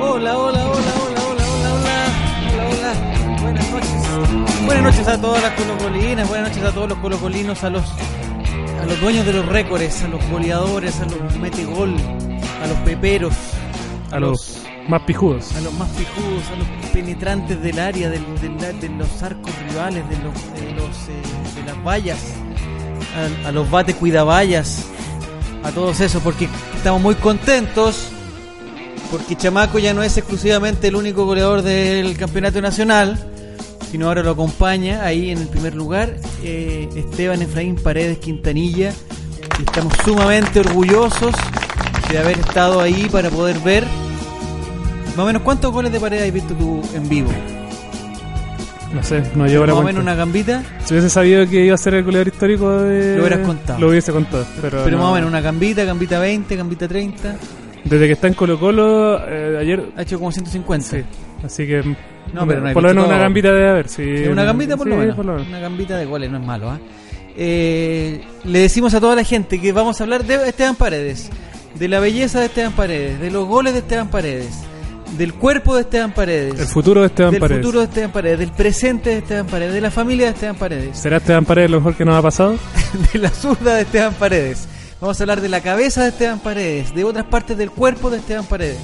Hola, hola, hola, hola, hola, hola, hola, hola, hola. Buenas noches. Buenas noches a todas las colocolinas, buenas noches a todos los colocolinos, a los, a los dueños de los récords, a los goleadores, a los metegol, a los peperos, a los más pijudos. a los más picudos, a los penetrantes del área, del, del- de los arcos rivales, de, los, de, los, eh, de las vallas, a, a los bate cuidaballas, a todos esos, porque estamos muy contentos, porque Chamaco ya no es exclusivamente el único goleador del campeonato nacional, sino ahora lo acompaña ahí en el primer lugar eh, Esteban Efraín Paredes Quintanilla, y estamos sumamente orgullosos de haber estado ahí para poder ver más o menos, ¿cuántos goles de pared has visto tú en vivo? No sé, no llevo Más la o cuenta. menos una gambita, Si hubiese sabido que iba a ser el goleador histórico de... Lo hubieras contado. Lo hubiese contado. Pero, pero no. más o menos una gambita, gambita 20, gambita 30. Desde que está en Colo Colo, ayer... Ha hecho como 150. Sí. Así que... No, pero no he por visto lo menos una todo. gambita debe haber. Sí, Es una gambita por lo Sí, menos. Una gambita de goles, no es malo. ¿ah? Eh, le decimos a toda la gente que vamos a hablar de Esteban Paredes, de la belleza de Esteban Paredes, de los goles de Esteban Paredes, del cuerpo de Esteban Paredes, El futuro de Esteban del Paredes. futuro de Esteban Paredes, del presente de Esteban Paredes, de la familia de Esteban Paredes. ¿Será Esteban Paredes lo mejor que nos ha pasado? de la zurda de Esteban Paredes. Vamos a hablar de la cabeza de Esteban Paredes, de otras partes del cuerpo de Esteban Paredes.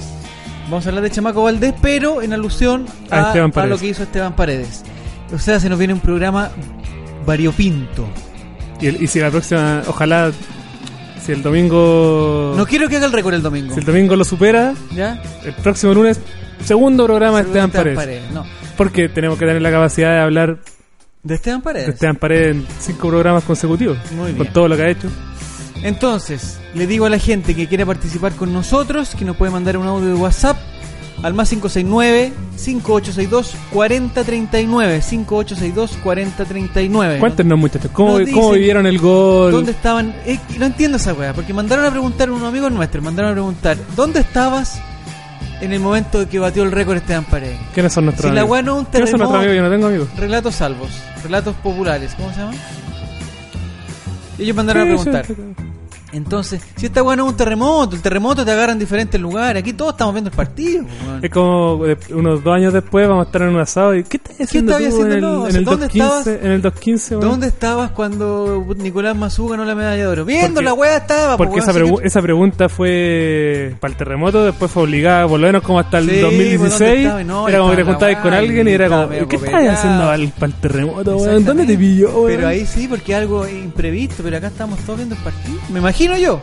Vamos a hablar de Chamaco Valdés, pero en alusión A a, Esteban a Paredes. lo que hizo Esteban Paredes. O sea, se nos viene un programa variopinto. Y, el- y si la próxima... Ojalá... Si el domingo... No quiero que haga el récord el domingo. si el domingo lo supera, ¿Ya? el próximo lunes... Segundo programa de Esteban Paredes. No. Porque tenemos que tener la capacidad de hablar De Esteban Paredes. de Esteban Paredes en cinco programas consecutivos. Muy bien. Con todo lo que ha hecho. Entonces, le digo a la gente que quiera participar con nosotros, que nos puede mandar un audio de WhatsApp al más 569-5862-4039. 5862-4039. Cuéntenos, muchachos, ¿cómo, Nos dicen- cómo vivieron el gol? ¿Dónde estaban? Eh, no entiendo esa weá, porque mandaron a preguntar a unos amigos nuestros, mandaron a preguntar, ¿dónde estabas en el momento de que batió el récord Esteban Paredes? ¿Quiénes son nuestros Si la amigos? weá no es un ¿Quiénes son nuestros amigos? Yo terremoto. no tengo amigos. Relatos salvos, relatos populares, ¿cómo se llaman? Ellos mandaron a Sí, preguntar. sí, Entonces, si esta weá no es un terremoto, el terremoto te agarra en diferentes lugares. Aquí todos estamos viendo el partido. weón. Es como de- unos dos años después vamos a estar en un asado y ¿qué estás haciendo estabas tú en el, haciendo, no? en el ¿Dónde 215? En el 215, bueno? ¿Dónde estabas cuando Nicolás Mazú ganó la medalla de oro? Viendo Porque- la weá estaba. Porque pues, esa, weón, pregu- así que- esa pregunta fue para el terremoto, después fue obligada, por lo menos como hasta el Sí, pues, ¿dónde 2016. estabas? No, era como que te estaba juntabas la con weá, alguien y era estaba como, medio ¿qué estás cooperado. haciendo al, para el terremoto, weón? ¿Dónde te Exactamente. pilló, weón? Pero ahí sí, porque algo imprevisto, pero acá estamos todos viendo el partido. Me imagino yo.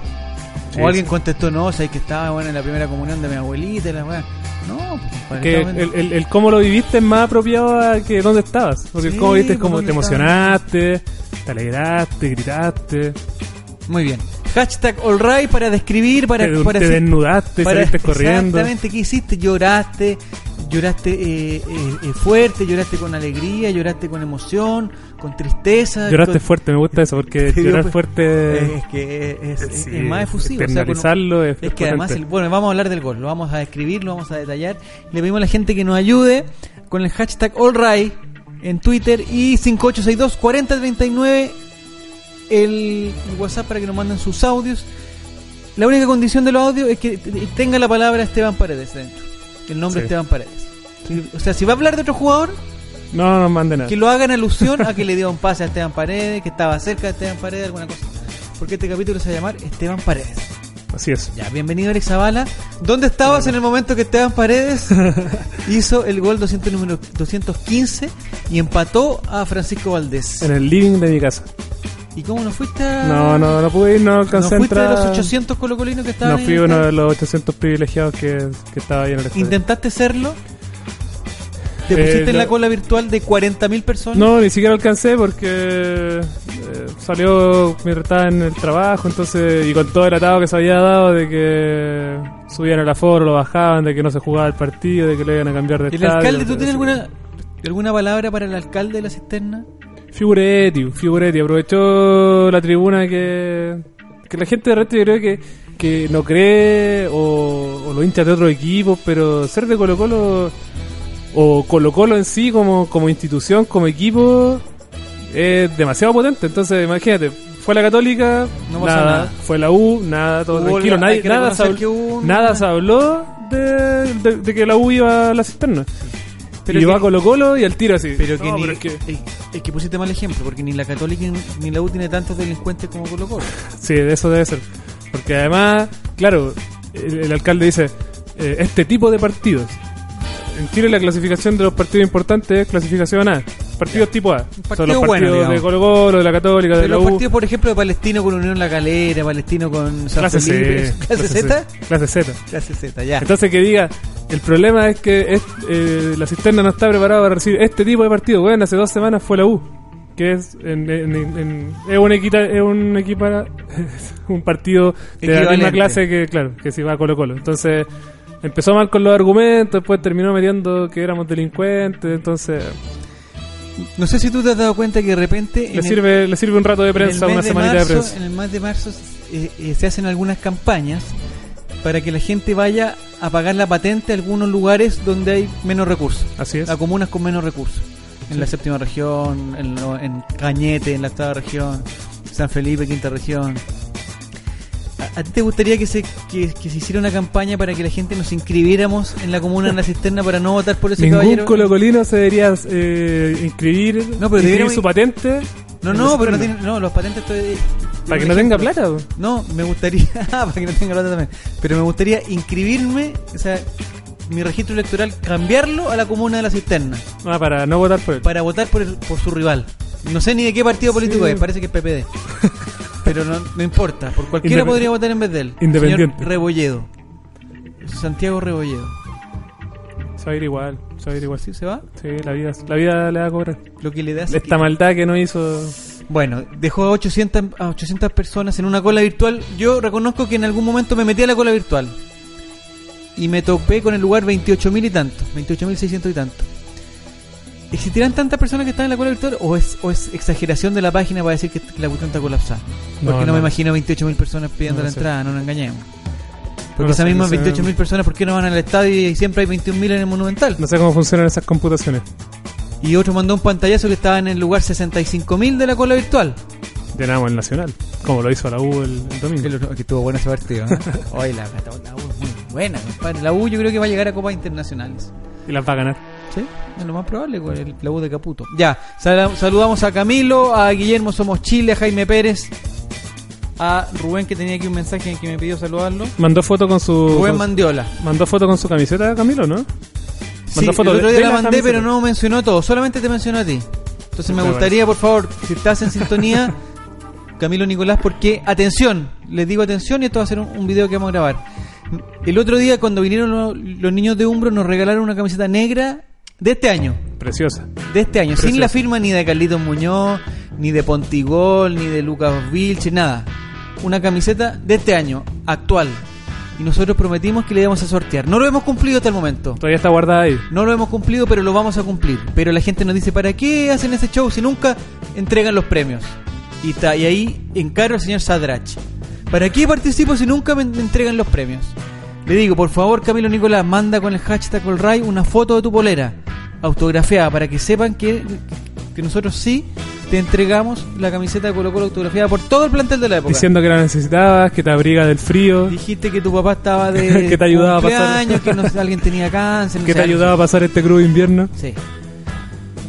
Sí, o alguien sí. contestó, no, o sea, que estaba bueno en la primera comunión de mi abuelita y la weá. No, pues, compadre, Que estaba el, viendo- el- el cómo lo viviste es más apropiado a que dónde estabas. Porque el Sí, cómo viviste es pues, como ¿dónde te emocionaste, te alegraste, gritaste, Muy bien. Hashtag alright para describir, para, te, para te decir- desnudaste, para- saliste corriendo. Exactamente, ¿qué hiciste? Lloraste, lloraste eh, eh, eh, fuerte, lloraste con alegría, lloraste con emoción, con tristeza. Lloraste con- fuerte, me gusta eso, porque Te dio- llorar fuerte Es que es, es- sí, es más efusivo. o sea, con- Externalizarlo es, Es que además, el- potente. bueno, vamos a hablar del gol, lo vamos a describir, lo vamos a detallar. Le pedimos a la gente que nos ayude con el hashtag AllRight en Twitter y 5862-4039 el WhatsApp para que nos manden sus audios. La única condición de los audios es que t- tenga la palabra Esteban Paredes dentro, el nombre Sí. Esteban Paredes. O sea, si va a hablar de otro jugador, No, no mande nada. que lo haga en alusión a que le dio un pase a Esteban Paredes, que estaba cerca de Esteban Paredes, alguna cosa. Porque este capítulo se va a llamar Esteban Paredes. Así es. Ya, bienvenido Alex Zavala. ¿Dónde estabas en el momento que Esteban Paredes hizo el gol 200 número 215 y empató a Francisco Valdés? En el living de mi casa. ¿Y cómo no fuiste a... No, no, no pude ir, no ¿No alcancé a fuiste de entrar. los 800 colocolinos que estaban No ahí fui en el uno estadio? de los 800 privilegiados que, que estaba ahí en el estadio. ¿Intentaste serlo? ¿Te Eh, pusiste en la no. cola virtual de 40.000 personas? No, ni siquiera alcancé porque eh, salió mientras estaba en el trabajo, entonces, y con todo el atado que se había dado de que subían el aforo, lo bajaban, de que no se jugaba el partido, de que lo iban a cambiar de ¿El estadio, alcalde, tú tienes así que- alguna, alguna palabra para el alcalde de la cisterna? Figuretti, Figuretti aprovechó la tribuna que, que la gente de resto yo creo que, que no cree o, o los hinchas de otros equipos, pero ser de Colo Colo o Colo Colo en sí como, como institución, como equipo, es demasiado potente. Entonces imagínate, fue la católica, No pasa nada. fue la U, nada, todo Hubo tranquilo, la- hay nadie, que nada, se reconocer habló, que hubo un- nada se habló de, de- de que la U iba a la cisterna. Pero y que- va Colo Colo y al tiro así. Pero que No, ni, pero es que- eh, es que pusiste mal ejemplo, porque ni la Católica ni la U tiene tantos delincuentes como Colo Colo. Sí, de eso debe ser. Porque además, claro, el, el alcalde dice, eh, este tipo de partidos. En Chile la clasificación de los partidos importantes es clasificación A. Partidos tipo A. Son los partido partidos bueno, digamos. de Colo Colo, de la Católica, de Pero la los U. partidos, por ejemplo, de Palestino con Unión La Calera, Palestino con San Clase Felipe, C. ¿Clase Z? Clase Z. Clase Z, ya. Entonces que diga, el problema es que es- eh, la cisterna no está preparada para recibir este tipo de partido. Bueno, hace dos semanas fue la U, que es, en- en- en- en- es un equita- es un equipa- un partido de la misma Equivalente. clase que, claro, que si va a Colo Colo. Entonces empezó mal con los argumentos, después terminó metiendo que éramos delincuentes, entonces No sé si tú te has dado cuenta que de repente. en le el- sirve, le sirve un rato de en el prensa, mes una de semanita marzo- de prensa. En el mes de marzo eh, eh, se hacen algunas campañas para que la gente vaya a pagar la patente a algunos lugares donde hay menos recursos. Así es. a comunas con menos recursos. En Sí. la séptima región, en, lo- en Cañete, en la octava región, San Felipe, quinta región. ¿A, a ti te gustaría que se, que, que se hiciera una campaña para que la gente nos inscribiéramos en la comuna en la cisterna para no votar por ese Ningún caballero? colocolino se debería eh, inscribir, No, pero inscribir deberíamos- su patente. no, en no, la pero no, cisterna. tiene- no, los patentes estoy... Para que un no ejemplo. tenga plata. po. No, me gustaría, ah, para que no tenga plata también, pero me gustaría inscribirme, o sea, mi registro electoral, cambiarlo a la comuna de la cisterna. Ah, para no votar por él. para votar por, el- por su rival. No sé ni de qué partido político Sí. es, parece que es PPD. Pero no, no importa, por cualquiera Independ- podría votar en vez de él. Independiente. Señor Rebolledo. Santiago Rebolledo. Se va a ir igual, se va a ir igual. Sí, ¿Sí se va? la vida, la vida le va a cobrar. Lo que le da... Esta maldad que no hizo. Bueno, dejó a 800, a 800 personas en una cola virtual. Yo reconozco que en algún momento me metí a la cola virtual. Y me topé con el lugar 28.000 y tanto, 28.600 y tanto. ¿Existirán tantas personas que están en la cola virtual o es, o es exageración de la página para decir que, que la cuestión está colapsada? Porque no, No, no. me imagino 28.000 personas pidiendo No la sé. entrada, no nos engañemos. Porque No lo esas sé, mismas no sé. 28.000 personas, ¿por qué no van al estadio y siempre hay 21.000 en el Monumental? No sé cómo funcionan esas computaciones. Y otro mandó un pantallazo que estaba en el lugar 65.000 de la cola virtual. Llenamos el Nacional, como lo hizo la U el, el domingo. El otro- que estuvo bueno ese partido. ¿eh? Oye, la, la U es muy buena, compadre. La U yo creo que va a llegar a copas internacionales. Y las va a ganar. Sí, es lo más probable con el, la U de Caputo. Ya, sal- saludamos a Camilo, a Guillermo Somos Chile, a Jaime Pérez, a Rubén que tenía aquí un mensaje que me pidió saludarlo. Mandó foto con su. Rubén con- Mandiola. mandó foto con su camiseta, Camilo, ¿no? Sí, el foto otro de- día de la la mandé, camiseta. pero no mencionó a todo, solamente te mencionó a ti. Entonces me Me gustaría, por favor, si estás en sintonía, Camilo Nicolás, porque atención, les digo atención y esto va a ser un, un video que vamos a grabar. El otro día cuando vinieron lo- los niños de Umbro nos regalaron una camiseta negra de este año, Preciosa. de este año, sin Precioso. la firma ni de Carlitos Muñoz, ni de Pontigol, ni de Lucas Vilche, nada. Una camiseta de este año, actual. Y nosotros prometimos que le íbamos a sortear. No lo hemos cumplido hasta el momento. Todavía está guardada ahí. No lo hemos cumplido, pero lo vamos a cumplir. Pero la gente nos dice, ¿para qué hacen ese show si nunca entregan los premios? Y, ta- y ahí encaro al señor Sadrach. ¿Para qué participo si nunca me en- me entregan los premios? Le digo, por favor, Camilo Nicolás, manda con el hashtag Colray una foto de tu polera, autografiada, para que sepan que, que nosotros sí te entregamos la camiseta de Colo Colo autografiada por todo el plantel de la época. Diciendo que la necesitabas, que te abriga del frío, Dijiste que tu papá estaba de Que te ayudaba a pasar. cumpleaños, que no sé, alguien tenía cáncer. no que sé, te algo. ayudaba a pasar este crudo invierno. Sí.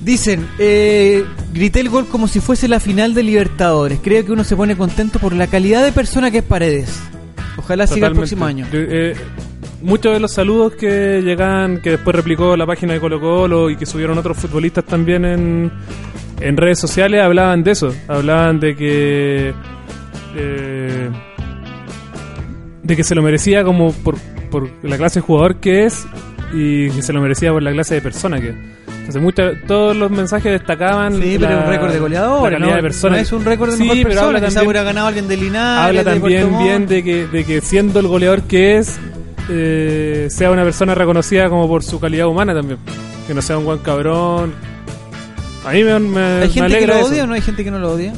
Dicen, eh, grité el gol como si fuese la final de Libertadores. Creo que uno se pone contento por la calidad de persona que es Paredes. Ojalá siga el Totalmente. próximo año. Yo, eh, muchos de los saludos que llegan, que después replicó la página de Colo Colo y que subieron otros futbolistas también en, en redes sociales, hablaban de eso. Hablaban de que. eh, de que se lo merecía como por, por la clase de jugador que es y que se lo merecía por la clase de persona que es. Entonces, mucha- todos los mensajes destacaban. Sí, pero es un récord de goleador. la calidad no, de personas. no es un récord de Sí, mejor pero persona, habla quizá también- hubiera ganado alguien de Linares. Habla de también Puerto Montt. bien de que, de que siendo el goleador que es, eh, sea una persona reconocida como por su calidad humana también. Que no sea un buen cabrón. A mí me, me, ¿Hay me gente que alegra lo eso. odia o no hay gente que no lo odia?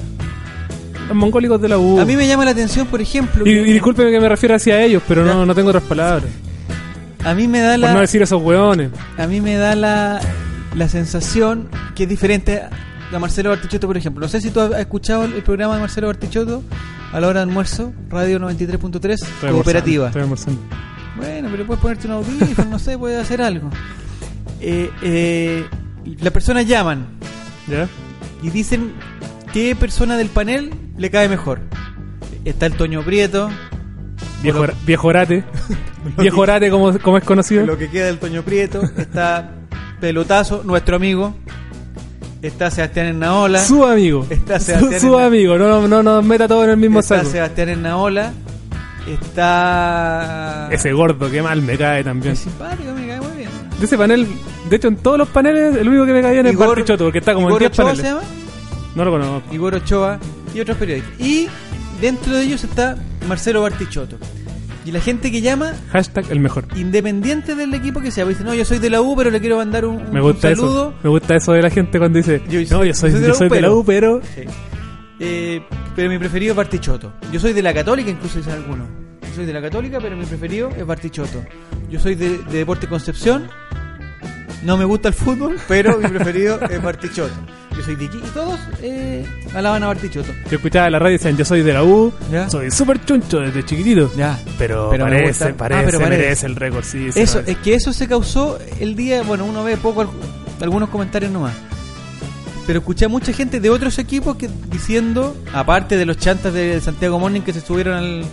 Los mongólicos de la U. A mí me llama la atención, por ejemplo, Y, que- y discúlpeme que me refiera hacia ellos, pero Ya. no, no tengo otras palabras. a mí me da Por la no decir esos hueones. a mí me da la, la sensación que es diferente a a Marcelo Bartichotto, por ejemplo. No sé si tú has has escuchado el el programa de Marcelo Bartichotto a la hora de almuerzo, Radio 93.3, Estoy Cooperativa. almorzando, estoy Bueno, pero puedes ponerte un audífono, no sé, puedes hacer algo. Eh, eh, las personas llaman almorzando. y dicen qué persona del panel le cae mejor. Está el Toño Prieto, ¿Ya? Viejo, viejorate. viejorate, como, como es conocido. lo que queda del Toño Prieto, está Pelotazo, nuestro amigo, está Sebastián Ennaola, Su amigo. Está su, Sebastián su en- amigo. No nos no, nos meta todo en el mismo está saco. Sebastián Ennaola, está... Ese gordo, que mal me cae también. Es simpático, me cae muy bien. De ese panel, de hecho, en todos los paneles, el único que me cae bien es Igor- Bartichotto, porque está como en Igor 10 Ochoa paneles. se llama? No lo conozco. Igor Ochoa y otros periodistas. Y dentro de ellos está Marcelo Bartichotto. Y la gente que llama, Hashtag el mejor. independiente del equipo que sea, pues dice, no, yo soy de la U, pero le quiero mandar un, un- Me gusta un eso. saludo. Me gusta eso de la gente cuando dice, Yo- no, yo yo soy soy, de yo la U, soy de la pero- U, pero... Sí. Eh, pero mi preferido es Bartichotto. Yo soy de la Católica, incluso dice alguno. Yo soy de la Católica, pero mi preferido es Bartichotto. Yo soy de, de Deporte Concepción. No me gusta el fútbol, pero mi preferido es Bartichotto. Yo soy de Iquique. Y todos eh, alaban a Bartichotto. Yo escuchaba la radio y decían, yo soy de la U, Ya. soy súper chuncho desde chiquitito. Ya. Pero, Pero me gusta. parece, Ah, parece, pero parece. merece el récord, sí. sí, Eso, merece. es que eso se causó el día, bueno, uno ve poco al- algunos comentarios nomás. Pero escuché a mucha gente de otros equipos que diciendo, aparte de los chantas de Santiago Morning que se subieron al,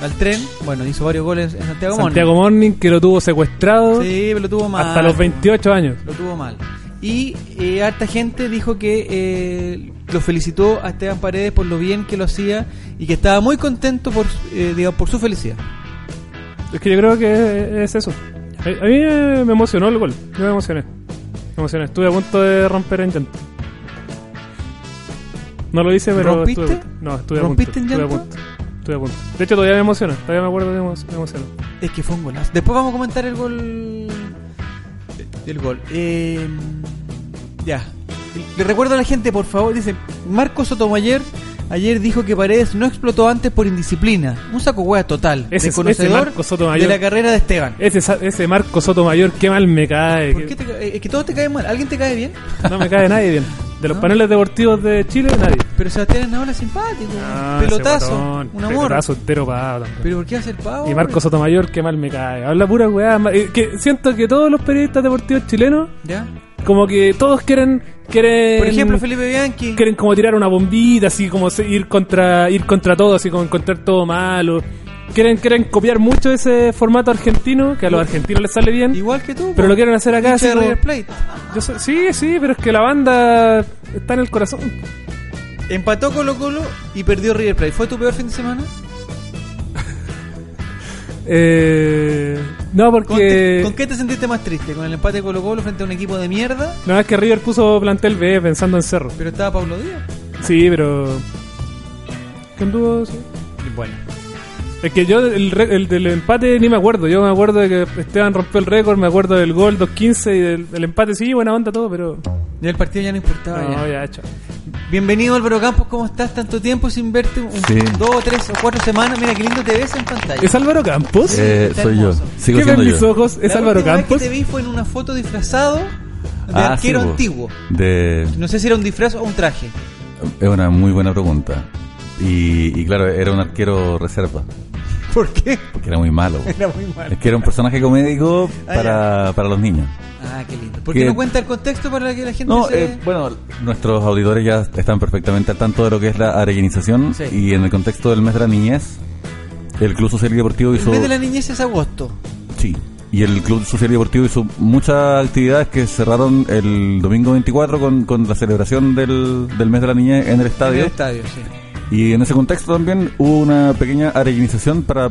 al tren, bueno, hizo varios goles en Santiago, Santiago Morning, que lo tuvo secuestrado Morning. Sí, pero lo tuvo mal. hasta los 28 años. Lo tuvo mal. Y eh, harta gente dijo que eh, lo felicitó a Esteban Paredes por lo bien que lo hacía y que estaba muy contento por, eh, digamos, por su felicidad. Es que yo creo que es eso. A a mí eh, me emocionó el gol. Yo me emocioné. Me emocioné. Estuve a punto de romper en llanto. No lo hice, pero. ¿Rompiste? estuve a punto. no, estuve a punto. ¿Rompiste en estuve a llanto? punto. Estuve a punto. De hecho, todavía me emociona. Todavía me acuerdo que me emo- me emociona. Es que fue un golazo. Después vamos a comentar el gol. El gol. Eh, ya. Le recuerdo a la gente, por favor, dice Marcos Sotomayor. Ayer dijo que Paredes no explotó antes por indisciplina. Un saco hueá total. Ese- ese desconocedor Marcos Sotomayor. de la carrera de Esteban. Ese, sa- ese Marco Sotomayor, qué mal me cae. ¿Por que- qué te ca- Eh, es que todos te caen mal. ¿Alguien te cae bien? No me cae nadie bien. De los No. paneles deportivos de Chile, nadie. Pero Sebastián Naola es simpático. Ah, ese pelotazo. guatón, un amor. Pelotazo entero pavo también. Pero ¿por qué hacer pavo? Y Marco Sotomayor, qué mal me cae. Habla pura weá. ma- eh, Que siento que todos los periodistas deportivos chilenos, ¿Ya? como que todos quieren. quieren Por ejemplo, Felipe Bianchi. Eh, Quieren como tirar una bombita, así como se- ir contra ir contra todo, así como encontrar todo malo. Quieren, quieren copiar mucho ese formato argentino, que a los argentinos les sale bien. Igual que tú. Pero lo po. quieren hacer acá, Hincha de así como- River Plate. Yo sé- sí, sí, pero es que la banda está en el corazón. Empató Colo Colo y perdió River Plate. ¿Fue tu peor fin de semana? Eh, no, ¿Con, porque... te- con qué te sentiste más triste? ¿Con el empate de Colo Colo frente a un equipo de mierda? No, es que River puso plantel B pensando en Cerro. Pero estaba Pablo Díaz. Sí, pero... ¿Qué anduvo? Sí. Bueno. Es que yo el, re- el del empate ni me acuerdo. Yo me acuerdo de que Esteban rompió el récord, me acuerdo del gol 2-15 y del, del empate. Sí, buena onda todo, pero... Ya el partido ya no importaba. no, ya. ya, chao. Bienvenido Álvaro Campos, ¿cómo estás? Tanto tiempo sin verte, un, Sí. dos, tres o cuatro semanas. Mira qué lindo te ves en pantalla. ¿Es Álvaro Campos? Eh, Está soy yo. hermoso. Sigo ¿Qué ven siendo mis yo. ojos? ¿Es La Álvaro última vez Campos? que te vi fue en una foto disfrazado de Ah, arquero sí, po. antiguo. De... No sé si era un disfraz o un traje. Es una muy buena pregunta. Y, y claro, era un arquero reserva, ¿Por qué? porque era muy malo. Era muy malo. Es que era un personaje comédico Ah, ya. para, para los niños. Ah, qué lindo. ¿Por qué Que- no cuenta el contexto para que la gente No, se... eh, bueno, nuestros auditores ya están perfectamente al tanto de lo que es la arequinización Sí. y en el contexto del mes de la niñez, el Club Social y Deportivo el hizo... mes de la niñez es agosto. Sí. Y el Club Social y Deportivo hizo muchas actividades que cerraron el domingo 24 con, con la celebración del, del mes de la niñez en el En estadio. el estadio, sí. Y en ese contexto también hubo una pequeña arellinización para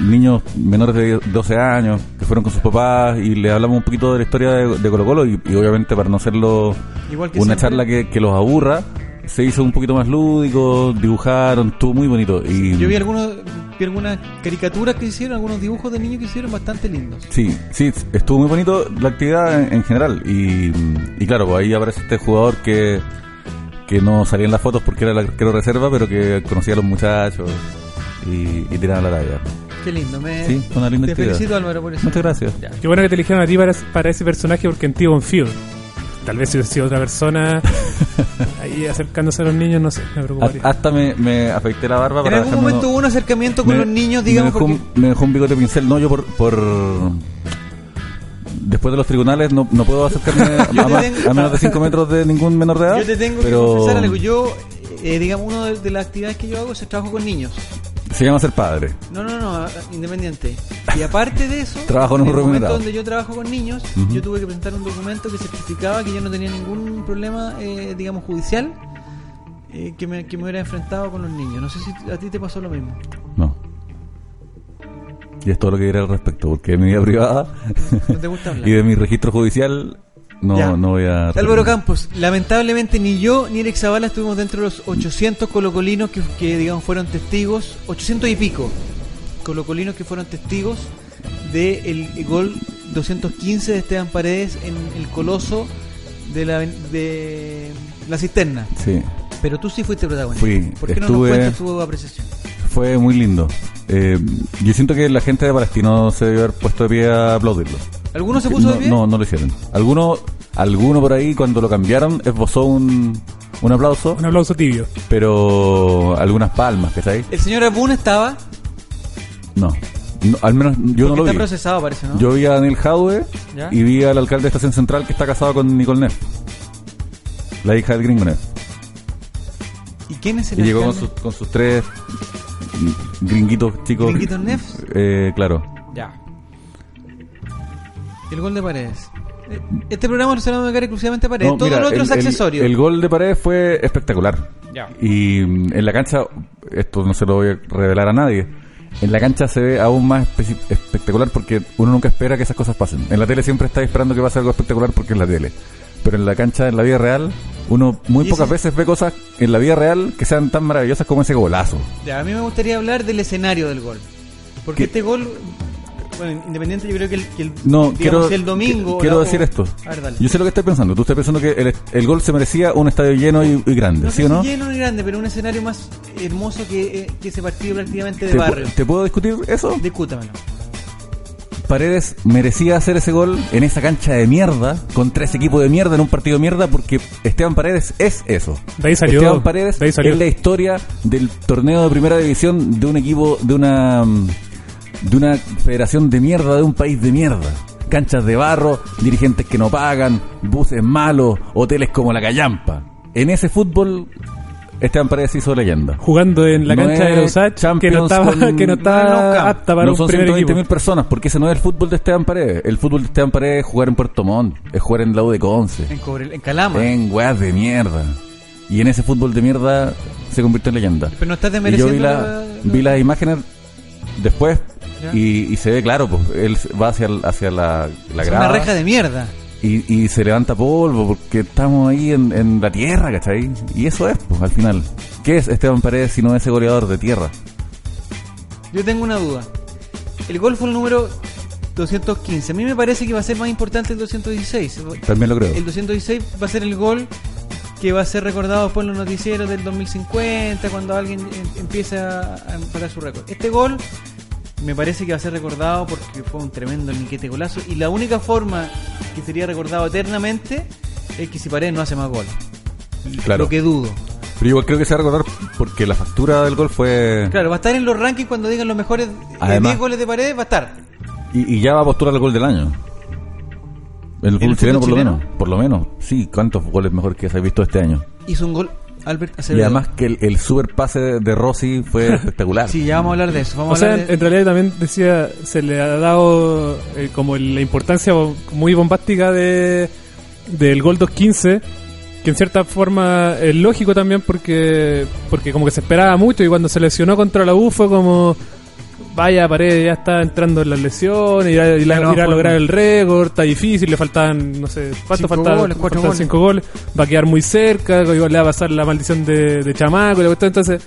niños menores de 12 años que fueron con sus papás y les hablamos un poquito de la historia de, de Colo Colo y, y obviamente para no hacerlo Igual que una siempre. charla que, que los aburra, se hizo un poquito más lúdico, dibujaron, estuvo muy bonito. Y, Yo vi, algunos, vi algunas caricaturas que hicieron, algunos dibujos de niños que hicieron bastante lindos. Sí, sí, estuvo muy bonito la actividad en, en general. Y, y claro, pues ahí aparece este jugador que, que no salía en las fotos porque era el arquero reserva, pero que conocía a los muchachos y, y tiraba la talla. Qué lindo, me. Sí, fue una linda Te actividad. felicito, Álvaro, por eso. Muchas gracias. Ya. Qué bueno que te eligieron a ti para, para ese personaje porque en ti confío. Tal vez si hubiera sido otra persona ahí acercándose a los niños, no sé, me preocuparía. Ha- Hasta me, me afeité la barba En para algún dejarme momento uno- hubo un acercamiento con me- los niños, digamos, me dejó, porque un- me dejó un bigote pincel. No, yo por... por Después de los tribunales no, no puedo acercarme a, Yo te más- tengo- a menos de 5 metros de ningún menor de edad. yo te tengo que pero confesar algo. Yo, eh, digamos, una de, de las actividades que yo hago es el trabajo con niños. Se llama ser padre. No, no, no, independiente. Y aparte de eso, Trabajo no en el momento remunerado. donde yo trabajo con niños, yo tuve que presentar un documento que certificaba que yo no tenía ningún problema, eh, digamos, judicial eh, que, me, que me hubiera enfrentado con los niños. No sé si a ti te pasó lo mismo. No. Y es todo lo que diré al respecto, porque de mi vida privada No te gusta hablar. y de mi registro judicial no, Ya. no voy a... Álvaro Campos, lamentablemente ni yo ni Alex Zavala estuvimos dentro de los 800 colocolinos que, que, digamos fueron testigos, 800 y pico colocolinos que fueron testigos del gol 215 de Esteban Paredes en el coloso de la, de la cisterna. Sí, Pero tú sí fuiste protagonista. Fui, ¿Por qué no nos estuve- cuentas tu apreciación? fue muy lindo. Eh, yo siento que la gente de Palestino se debe haber puesto de pie a aplaudirlo. ¿Alguno se puso no, de pie? No, no lo hicieron. Alguno, alguno por ahí, cuando lo cambiaron, esbozó un, un aplauso, Un aplauso tibio. pero algunas palmas, ¿cachai? El señor Abun estaba, No. No, al menos yo no porque lo está vi. procesado parece, ¿no? Yo vi a Daniel Jadwe ¿Ya? y vi al alcalde de Estación Central que está casado con Nicole Neff, la hija del gringo Neff. ¿Y quién es el Y llegó con, alcalde? sus- con sus tres gringuitos chicos. ¿Gringuitos Neff? Eh, claro. Ya. El gol de Paredes. Eh, Este programa lo se lo vamos a dedicar exclusivamente a Paredes. No, Todo mira, lo otro el- es el- accesorio. El, gol de Paredes fue espectacular. Y mm, en la cancha, esto no se lo voy a revelar a nadie. En la cancha se ve aún más espe- espectacular porque uno nunca espera que esas cosas pasen. En la tele siempre está esperando que pase algo espectacular porque es la tele. Pero en la cancha, en la vida real, uno muy Y pocas ese- veces ve cosas en la vida real que sean tan maravillosas como ese golazo. Ya, a mí me gustaría hablar del escenario del gol. Porque ¿Qué? este gol, bueno, independiente, yo creo que el, que el- No, digamos, quiero, el domingo. qui- quiero la- o- decir esto. A ver, dale. Yo sé lo que estoy pensando. Tú estás pensando que el, el gol se merecía un estadio lleno y, y grande, no ¿sí sé o no? si lleno ni grande, pero un escenario más hermoso que, eh, que ese partido prácticamente de ¿Te, barrio. pu- te puedo discutir eso? Discútamelo. Paredes merecía hacer ese gol en esa cancha de mierda, con tres equipos de mierda en un partido de mierda, porque Esteban Paredes es eso. De ahí salió, Esteban Paredes de ahí salió. es la historia del torneo de primera división de un equipo, de una mm, de una federación de mierda, de un país de mierda. Canchas de barro, dirigentes que no pagan, buses malos, hoteles como la Callampa. En ese fútbol, Esteban Paredes hizo leyenda. Jugando en la No cancha es de los H, que no Champions estaba, con- que no no es estaba loca. apta para No un son primer 120.000 equipo. personas, porque ese no es el fútbol de Esteban Paredes. El fútbol de Esteban Paredes es jugar en Puerto Montt, es jugar en la U de Conce, En, Cobrel- en Calama. en weas de mierda. Y en ese fútbol de mierda se convirtió en leyenda. Pero no estás Y yo desmereciendo. vi, la, vi las imágenes después Ya. y, y se ve claro, pues, él va hacia, el- hacia la, la es grada una reja de mierda. y, y se levanta polvo porque estamos ahí en, en la tierra, ¿cachai? Y eso es, pues, al final. ¿Qué es Esteban Paredes si no es ese goleador de tierra? Yo tengo una duda. El gol fue el número 215. A mí me parece que va a ser más importante el 216. También lo creo. El 216 va a ser el gol que va a ser recordado después en los noticieros del 2050, cuando alguien em- empieza a empatar su récord. Este gol me parece que va a ser recordado porque fue un tremendo niquete golazo y la única forma que sería recordado eternamente es que si Paredes no hace más gol. Claro. Lo que dudo. Pero igual creo que se va a recordar porque la factura del gol fue. Claro, va a estar en los rankings cuando digan los mejores eh, Además- 10 goles de Paredes, va a estar. Y, y ya va a postular el gol del año. El fútbol gol chileno, por lo chileno? menos. Por lo menos. Sí, ¿cuántos goles mejor que has visto este año? Hizo un gol Albert Y Acevedo. además que el, el super pase de, de Rossi fue espectacular. Sí, ya vamos a hablar de eso. O Vamos a sea, hablar en, de- en realidad también decía, se le ha dado eh, como la importancia bo- muy bombástica de del gol 215 que en cierta forma es lógico también porque porque como que se esperaba mucho y cuando se lesionó contra la U fue como vaya pared ya está entrando en las lesiones irá, Ya irá- no va a irá a jugar lograr más. el récord está difícil le faltaban no sé cuánto Cinco faltaban goles, cuatro faltaban goles. cinco goles va a quedar muy cerca igual le va a pasar la maldición de, de chamaco y la cuestión, entonces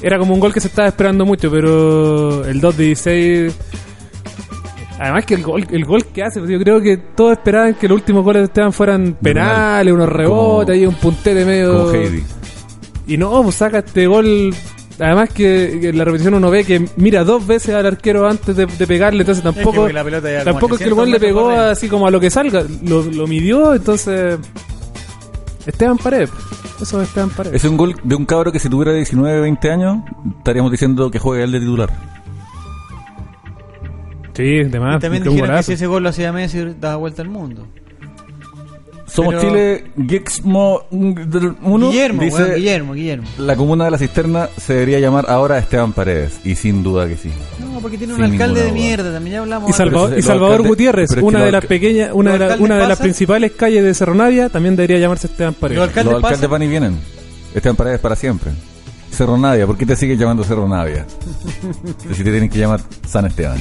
era como un gol que se estaba esperando mucho pero el 2 de 16 Además que el gol, el gol que hace, pues, yo creo que todos esperaban que los últimos goles de Esteban fueran penales, unos rebotes, Como- ahí un puntete medio... Como Heidi. Y no, pues saca este gol. Además que que en la repetición uno ve que mira dos veces al arquero antes de, de pegarle, entonces tampoco... porque la pelota ya como tampoco es que el gol le 300 pegó metros así como a lo que salga, lo, lo midió, entonces... Esteban Pared, eso es Esteban Pared. Es un gol de un cabro que si tuviera 19, 20 años, estaríamos diciendo que juegue él de titular. Sí, de Y también más. Ah, qué un dijeron que golazo. si ese gol lo hacía Messi, daba vuelta al mundo. Somos Pero- Chile, Gixmo 1. Guillermo, dice, weón, Guillermo, Guillermo. La comuna de la cisterna se debería llamar ahora Esteban Paredes, y sin duda que sí. No, porque tiene Sin un alcalde ninguna de duda. mierda, también ya hablamos. Y antes. Salvador, Pero y ese- Salvador los alcaldes- Guardián, pero es que una los de las alca- pequeñas, una los de, la- alcaldes una de las pasan- principales calles de Cerro Navia también debería llamarse Esteban Paredes. Los alcaldes Los alcaldes pasan. van y vienen. Esteban Paredes para siempre. Cerro Navia, ¿por qué te sigues llamando Cerro Navia? si te tienen que llamar San Esteban.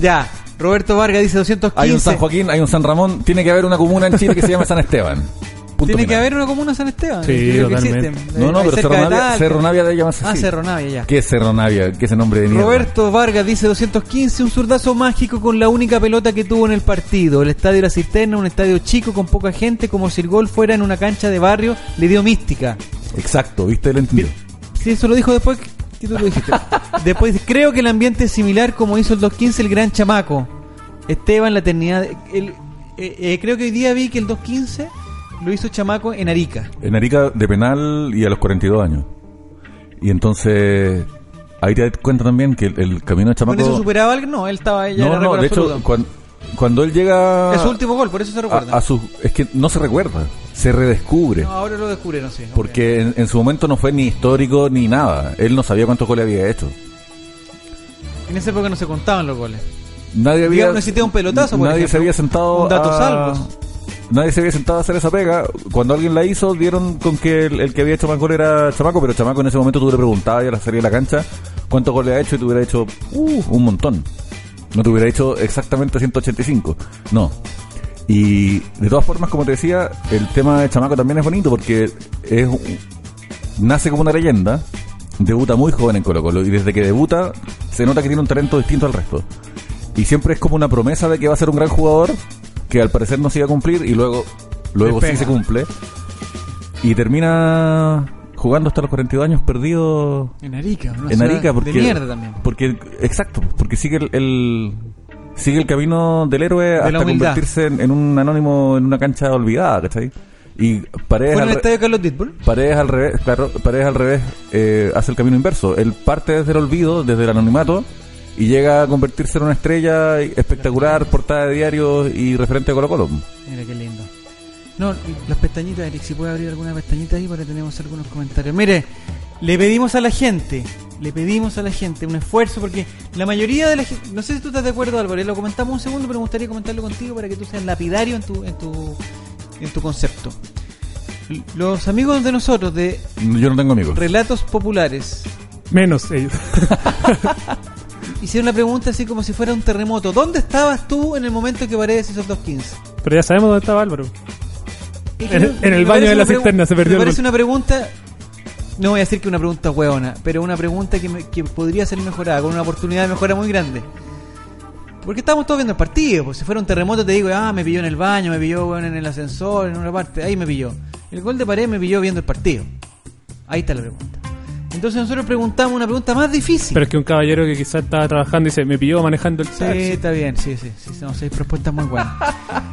Ya, Roberto Vargas dice 215. Hay un San Joaquín, hay un San Ramón, tiene que haber una comuna en Chile que se llame San Esteban. Punto Tiene que final. haber una comuna San Esteban. Sí, Yo creo que totalmente. existen. No, no, Hay pero cerca Cerro de Navia, Talca. Cerro Navia debe llamarse Ah, así. Cerro Navia, ya. ¿Qué es Cerro Navia? ¿Qué es el nombre de mierda? Roberto Vargas dice 215, un zurdazo mágico con la única pelota que tuvo en el partido. El estadio La Cisterna, un estadio chico con poca gente, como si el gol fuera en una cancha de barrio, le dio mística. Exacto, ¿viste? Él entendió. Sí, eso lo dijo después que- que tú lo dijiste. después, creo que el ambiente es similar como hizo el 215 el gran chamaco. Esteban, la eternidad. el- eh, eh, creo que hoy día vi que el 215 lo hizo chamaco en Arica. En Arica de penal y a los 42 años. Y entonces, ahí te das cuenta también que el, el camino de ¿Con Chamaco... eso superaba al No, él estaba ya no, era no, récord de absoluto. hecho, Ah, cuan- cuando él llega... es su último gol, por eso se recuerda. a, a su- es que no se recuerda, se redescubre. No, ahora lo descubrieron, sí. ok. Porque en, en su momento no fue ni histórico ni nada. Él no sabía cuántos goles había hecho. En esa época no se contaban los goles. Nadie había. Digamos, no existía un pelotazo, por Nadie ejemplo. se había sentado. Un dato a- salvo. Nadie se había sentado a hacer esa pega. Cuando alguien la hizo, dieron con que el, el que había hecho más goles era Chamaco, pero Chamaco en ese momento tú le preguntabas ya la salida de la cancha cuántos goles ha hecho y te hubiera hecho uh, un montón. No te hubiera hecho exactamente 185. No. Y de todas formas, como te decía, el tema de Chamaco también es bonito porque es un- nace como una leyenda, debuta muy joven en Colo Colo y desde que debuta se nota que tiene un talento distinto al resto. Y siempre es como una promesa de que va a ser un gran jugador que al parecer no se iba a cumplir y luego, luego sí Despega. se cumple. Y termina jugando hasta los 42 años perdido En Arica, una en ciudad Arica porque De mierda también. porque exacto porque sigue el, el- sigue el camino del héroe hasta humildad. convertirse en, en un anónimo en una cancha olvidada ¿cachai? y paredes Fue en al, el re- estadio Carlos Ditbull. Paredes al revés claro Paredes al revés eh, hace el camino inverso él parte desde el olvido desde el anonimato y llega a convertirse en una estrella espectacular portada de diarios y referente de Colo Colo Mira qué lindo. No, y las pestañitas, Eric, si puede abrir alguna pestañita ahí para que tenemos algunos comentarios. Mire, le pedimos a la gente, le pedimos a la gente un esfuerzo porque la mayoría de la gente, no sé si tú estás de acuerdo Álvaro, y lo comentamos un segundo, pero me gustaría comentarlo contigo para que tú seas lapidario en tu, en tu, en tu concepto. L- Los amigos de nosotros de yo no tengo amigos Relatos Populares Menos ellos. hicieron la pregunta así como si fuera un terremoto. ¿Dónde estabas tú en el momento que Paredes hizo el 215? Pero ya sabemos dónde estaba Álvaro. Es que En- no- en me el parece baño de una la pregu- cisterna se perdió Me el parece gol. una pregunta. No voy a decir que una pregunta hueona, pero una pregunta que, me- que podría ser mejorada, con una oportunidad de mejora muy grande. Porque estábamos todos viendo el partido. Pues si fuera un terremoto, te digo, ah, me pilló en el baño, me pilló hueón, en el ascensor, en una parte, ahí me pilló. El gol de pared me pilló viendo el partido. Ahí está la pregunta. Entonces nosotros preguntamos una pregunta más difícil. Pero es que un caballero que quizás estaba trabajando y dice, me pilló manejando el Sí, taxi". está bien, sí, sí, sí, no, sí, hay propuestas muy buenas.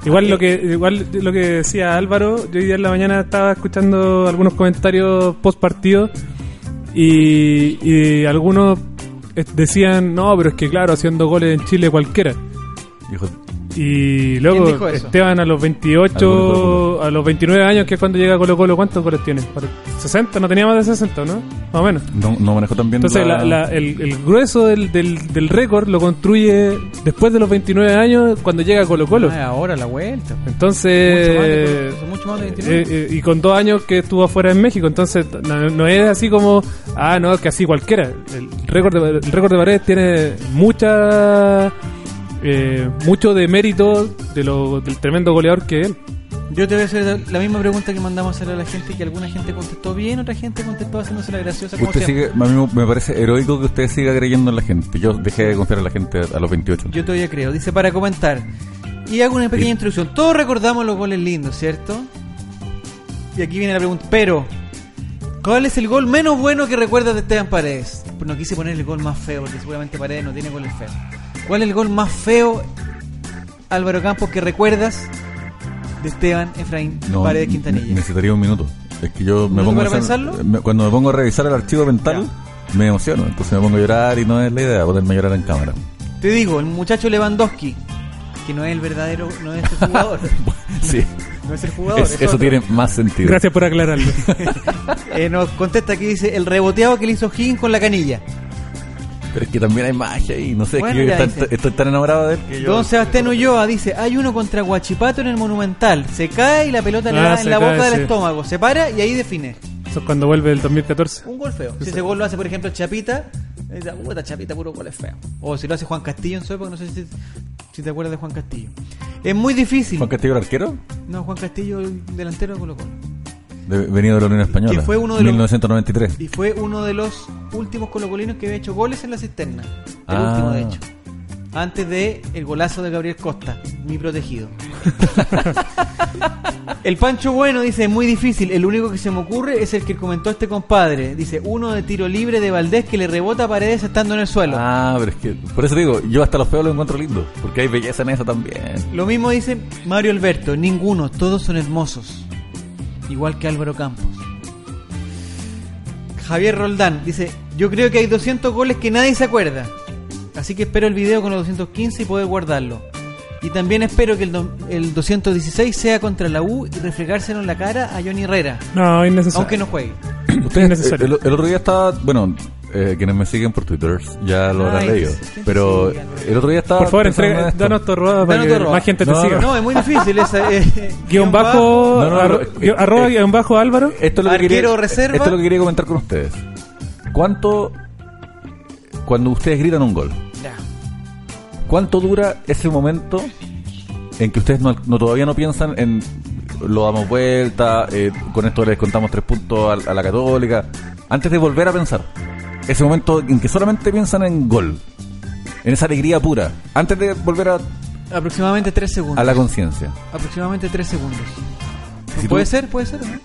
Igual lo que igual lo que decía Álvaro, yo hoy día en la mañana estaba escuchando algunos comentarios post partido y, y algunos eh, decían, no, pero es que claro, haciendo goles en Chile cualquiera. Hijo, Y luego dijo eso? Esteban a los 28, Algunos a los 29 años, que es cuando llega Colo Colo, ¿cuántos goles tiene? ¿60? No tenía más de 60, ¿no? Más o menos. No, no manejo tan bien Entonces, la- la- el, el grueso del, del, del récord lo construye después de los 29 años, cuando llega Colo Colo. Ah, ahora la vuelta. Mucho más de Entonces, Colo- mucho más de 29. eh, eh, y con dos años que estuvo afuera en México, entonces no, no es así como, ah, no, que así cualquiera. El récord de, el récord de Paredes tiene mucha, eh, mucho de mérito de lo, del tremendo goleador que es él. Yo te voy a hacer la misma pregunta que mandamos a hacer a la gente, que alguna gente contestó bien, otra gente contestó haciéndose la graciosa. como Usted siempre. sigue, a mí me parece heroico que usted siga creyendo en la gente. Yo dejé de confiar en la gente a los 28. Yo todavía creo. Dice para comentar. Y hago una pequeña introducción. Todos recordamos los goles lindos, ¿cierto? Y aquí viene la pregunta. Pero, ¿cuál es el gol menos bueno que recuerdas de Esteban Paredes? No quise poner el gol más feo, porque seguramente Paredes no tiene goles feos. ¿Cuál es el gol más feo, Álvaro Campos, que recuerdas de Esteban Efraín No, Paredes ne- Quintanilla? necesitaría un minuto. Es que yo me ¿Minuto pongo para a hacer- pensarlo? me- cuando me pongo a revisar el archivo mental, me emociono. Entonces me pongo a llorar y no es la idea ponerme a llorar en cámara. Te digo, el muchacho Lewandowski, que no es el verdadero, no es el jugador. sí, no es el jugador. es- es eso otro. tiene más sentido. Gracias por aclararlo. Eh, nos contesta aquí, dice, el reboteado que le hizo Higgins con la canilla. Pero es que también hay magia y no sé, Bueno, es que yo ya tan- dice. estoy tan enamorado de él que yo- Don Sebastián Ulloa dice, hay uno contra Guachipato en el Monumental. Se cae y la pelota le Ah, da se en la boca cae, del sí. estómago. Se para y ahí define. Eso es cuando vuelve el 2014. Un gol feo. Si ese gol lo hace, por ejemplo, Chapita, dice, puta, Chapita, puro gol es feo. O si lo hace Juan Castillo en su época, no sé si, si te acuerdas de Juan Castillo. Es muy difícil. Juan Castillo el arquero, No, Juan Castillo, el delantero de Colo Colo. de- venido de la Unión Española. Que fue uno de los- 1993. Y fue uno de los últimos colocolinos que había hecho goles en la cisterna. El Ah. último, de hecho. Antes de el golazo de Gabriel Costa, mi protegido. el Pancho Bueno dice, muy difícil. El único que se me ocurre es el que comentó este compadre. Dice, uno de tiro libre de Valdés que le rebota a paredes estando en el suelo. Ah, pero es que. Por eso digo, yo hasta los feos los encuentro lindos. Porque hay belleza en eso también. Lo mismo dice Mario Alberto, ninguno, todos son hermosos. Igual que Álvaro Campos. Javier Roldán dice, yo creo que hay 200 goles que nadie se acuerda. Así que espero el video con los 215 y poder guardarlo. Y también espero que el, do- el 216 sea contra la U y refregárselo en la cara a Johnny Herrera. No, innecesario. Aunque no juegue. Ustedes, eh, Innecesario. el, el otro día estaba. Bueno, eh, quienes me siguen por Twitter ya lo habrán Ay, leído. sí, sí, Pero sí, Álvaro. el otro día estaba. Por favor, pensando entrega, en esto. danos tu arroba para Danos que tu arroba. más gente te No, siga. No, es muy difícil esa... eh, guión bajo, No, no, arro- no, guión- eh, arroba eh, guión bajo Álvaro. Esto es lo que Arquero quería, reserva. Esto es lo que quería comentar con ustedes. ¿Cuánto. Cuando ustedes gritan un gol, Ya. ¿cuánto dura ese momento en que ustedes no, no- todavía no piensan en lo damos vuelta, eh, con esto les contamos tres puntos a, a la católica, antes de volver a pensar? Ese momento en que solamente piensan en gol, en esa alegría pura, antes de volver a, Aproximadamente 3 a segundos. la conciencia. Aproximadamente 3 segundos. Si ¿Puede tú- ser? ¿Puede ser? o no?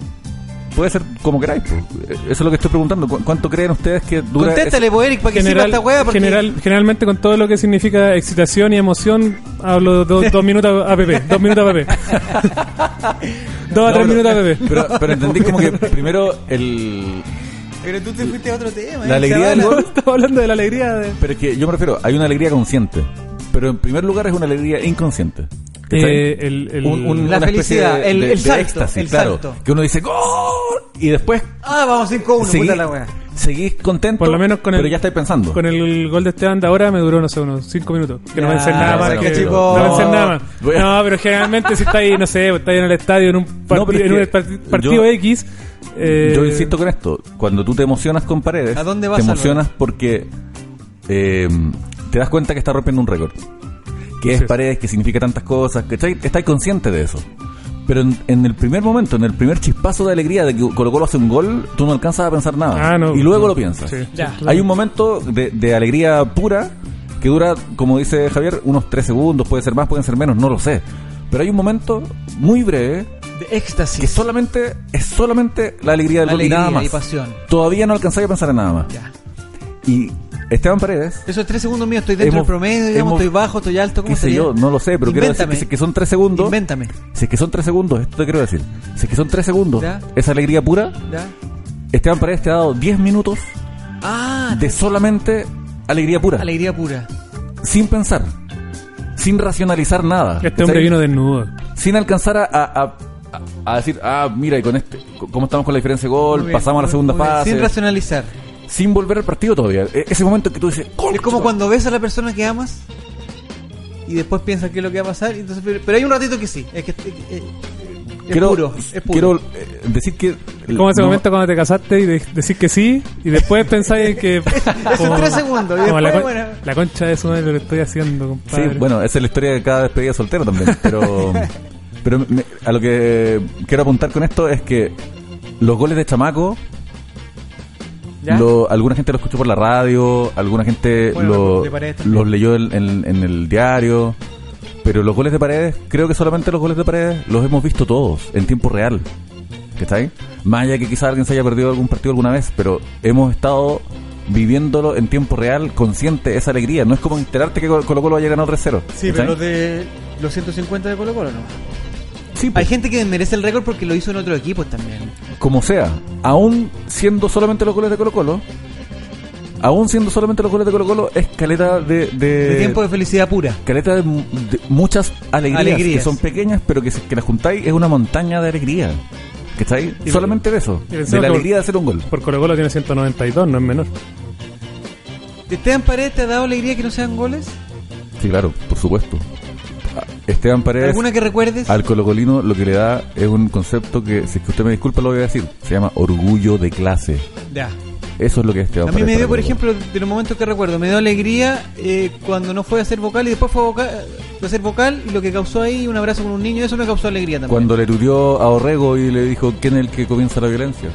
Puede ser como queráis, po. Eh, eso es lo que estoy preguntando. ¿Cu- ¿Cuánto creen ustedes que dura? ese- Contéstale, po, Eric, para que sepa General- esta hueá. Porque... general- generalmente con todo lo que significa excitación y emoción, hablo do- dos minutos app, dos minutos app. dos a No, tres pero- minutos app. Pero, pero entendí como que primero el, Pero tú te fuiste a otro tema. la eh, alegría del Zavala. gol. Estaba hablando de la alegría de... Pero es que yo me refiero, hay una alegría consciente. Pero en primer lugar es una alegría inconsciente. ¿cachai? Eh, el- el- La una especie felicidad, el- el salto, el claro. salto. Que uno dice ¡Gol! Y después Ah, vamos 5-1, seguís, puta la wea. seguís contento, Por lo menos con pero el- ya estáis pensando. Con el gol de Esteban de ahora me duró, no sé, unos 5 minutos. Que no Ya, pensé en nada más. bueno, que- chico. no pensé en nada más. Voy a- No, pero generalmente si está ahí, no sé, está ahí en el estadio, en un, pero partido- es en un que parti- partido yo- X. eh, Yo insisto con esto. Cuando tú te emocionas con paredes, ¿A dónde vas, te emocionas porque eh, te das cuenta que está rompiendo un récord. Que es Sí. paredes, que significa tantas cosas, que estáis estáis consciente de eso. Pero en, en el primer momento, en el primer chispazo de alegría de que Colo Colo hace un gol, tú no alcanzas a pensar nada. Ah, no. y luego lo piensas. Sí, sí, Ya. claro. Hay un momento de, de alegría pura que dura, como dice Javier, unos 3 segundos, puede ser más, pueden ser menos, no lo sé. Pero hay un momento muy breve De que éxtasis. solamente es solamente la alegría del La gol y alegría nada más. y pasión. Todavía no alcanzáis a pensar en nada más. Ya. Y Esteban Paredes, Esos 3 segundos míos, estoy dentro Hemos- del promedio, digamos, hemos- estoy bajo, estoy alto, ¿cómo qué sé sería? yo, no lo sé, pero quiero decir Invéntame. que, si es que son tres segundos. Invéntame. Si es que son tres segundos, esto te quiero decir. Si es que son tres segundos, Ya. esa alegría pura, ¿Ya? Esteban Paredes te ha dado 10 minutos Ah, de solamente alegría pura, alegría pura. sin pensar. sin racionalizar nada. Este ¿cachai? hombre vino desnudo. Sin alcanzar a, a- a- a decir, ah, mira, y con este, ¿cómo estamos con la diferencia de gol? Muy bien, Pasamos a la muy- segunda muy bien, fase. Sin racionalizar. sin volver al partido todavía. E- Ese momento que tú dices, Es como cuando ves a la persona que amas y después piensas qué es lo que va a pasar. y entonces, pero, pero hay un ratito que sí. Es que es, es quiero, puro. Es puro. quiero eh, decir que. Como ese no- momento cuando te casaste y de- decís que sí, y después pensáis en que. como- tres segundos, y como la, después, con- bueno. la concha de su madre lo que estoy haciendo, Sí, compadre. bueno, esa es la historia de cada despedida soltero también. Pero, pero me- a lo que quiero apuntar con esto es que los goles de Chamaco, ¿Ya? lo- alguna gente lo escuchó por la radio, alguna gente Bueno, lo- de Paredes también. los leyó en, en- en el diario. Pero los goles de paredes, creo que solamente los goles de paredes los hemos visto todos en tiempo real. ¿Cachai? Más allá que quizá alguien se haya perdido algún partido alguna vez, pero hemos estado viviéndolo en tiempo real, consciente de esa alegría. No es como enterarte que Colo Colo haya ganado 3-0. Sí, ¿cachai? pero los de los 150 de Colo Colo no. Sí, Hay pues, gente que merece el récord porque lo hizo en otro equipo también. como sea, aún siendo solamente los goles de Colo Colo, aún siendo solamente los goles de Colo Colo, es caleta de... de- El tiempo de felicidad pura. Caleta de, mu- de muchas alegrías, Alegrías. que son pequeñas, pero que, si- que las juntáis es una montaña de alegría. ¿Cachai? Y- Solamente de eso. y De pensemos la que- alegría de hacer un gol. Por Colo Colo tiene 192, no es menor. Esteban Paredes te ha dado alegría que no sean goles? Sí, claro, por supuesto. A- Esteban Paredes, ¿Alguna que recuerdes? al colocolino, lo que le da es un concepto que, si es que usted me disculpa, lo voy a decir. Se llama orgullo de clase. Ya. Eso es lo que es Esteban A mí Paredes me dio, para por Colo-Colo. ejemplo, de los momentos que recuerdo, me dio alegría eh, cuando no fue a hacer vocal y después fue a, vocal, fue a hacer vocal y lo que causó ahí un abrazo con un niño, eso me causó alegría también. Cuando le erudió a Orrego y le dijo quién es el que comienza la violencia.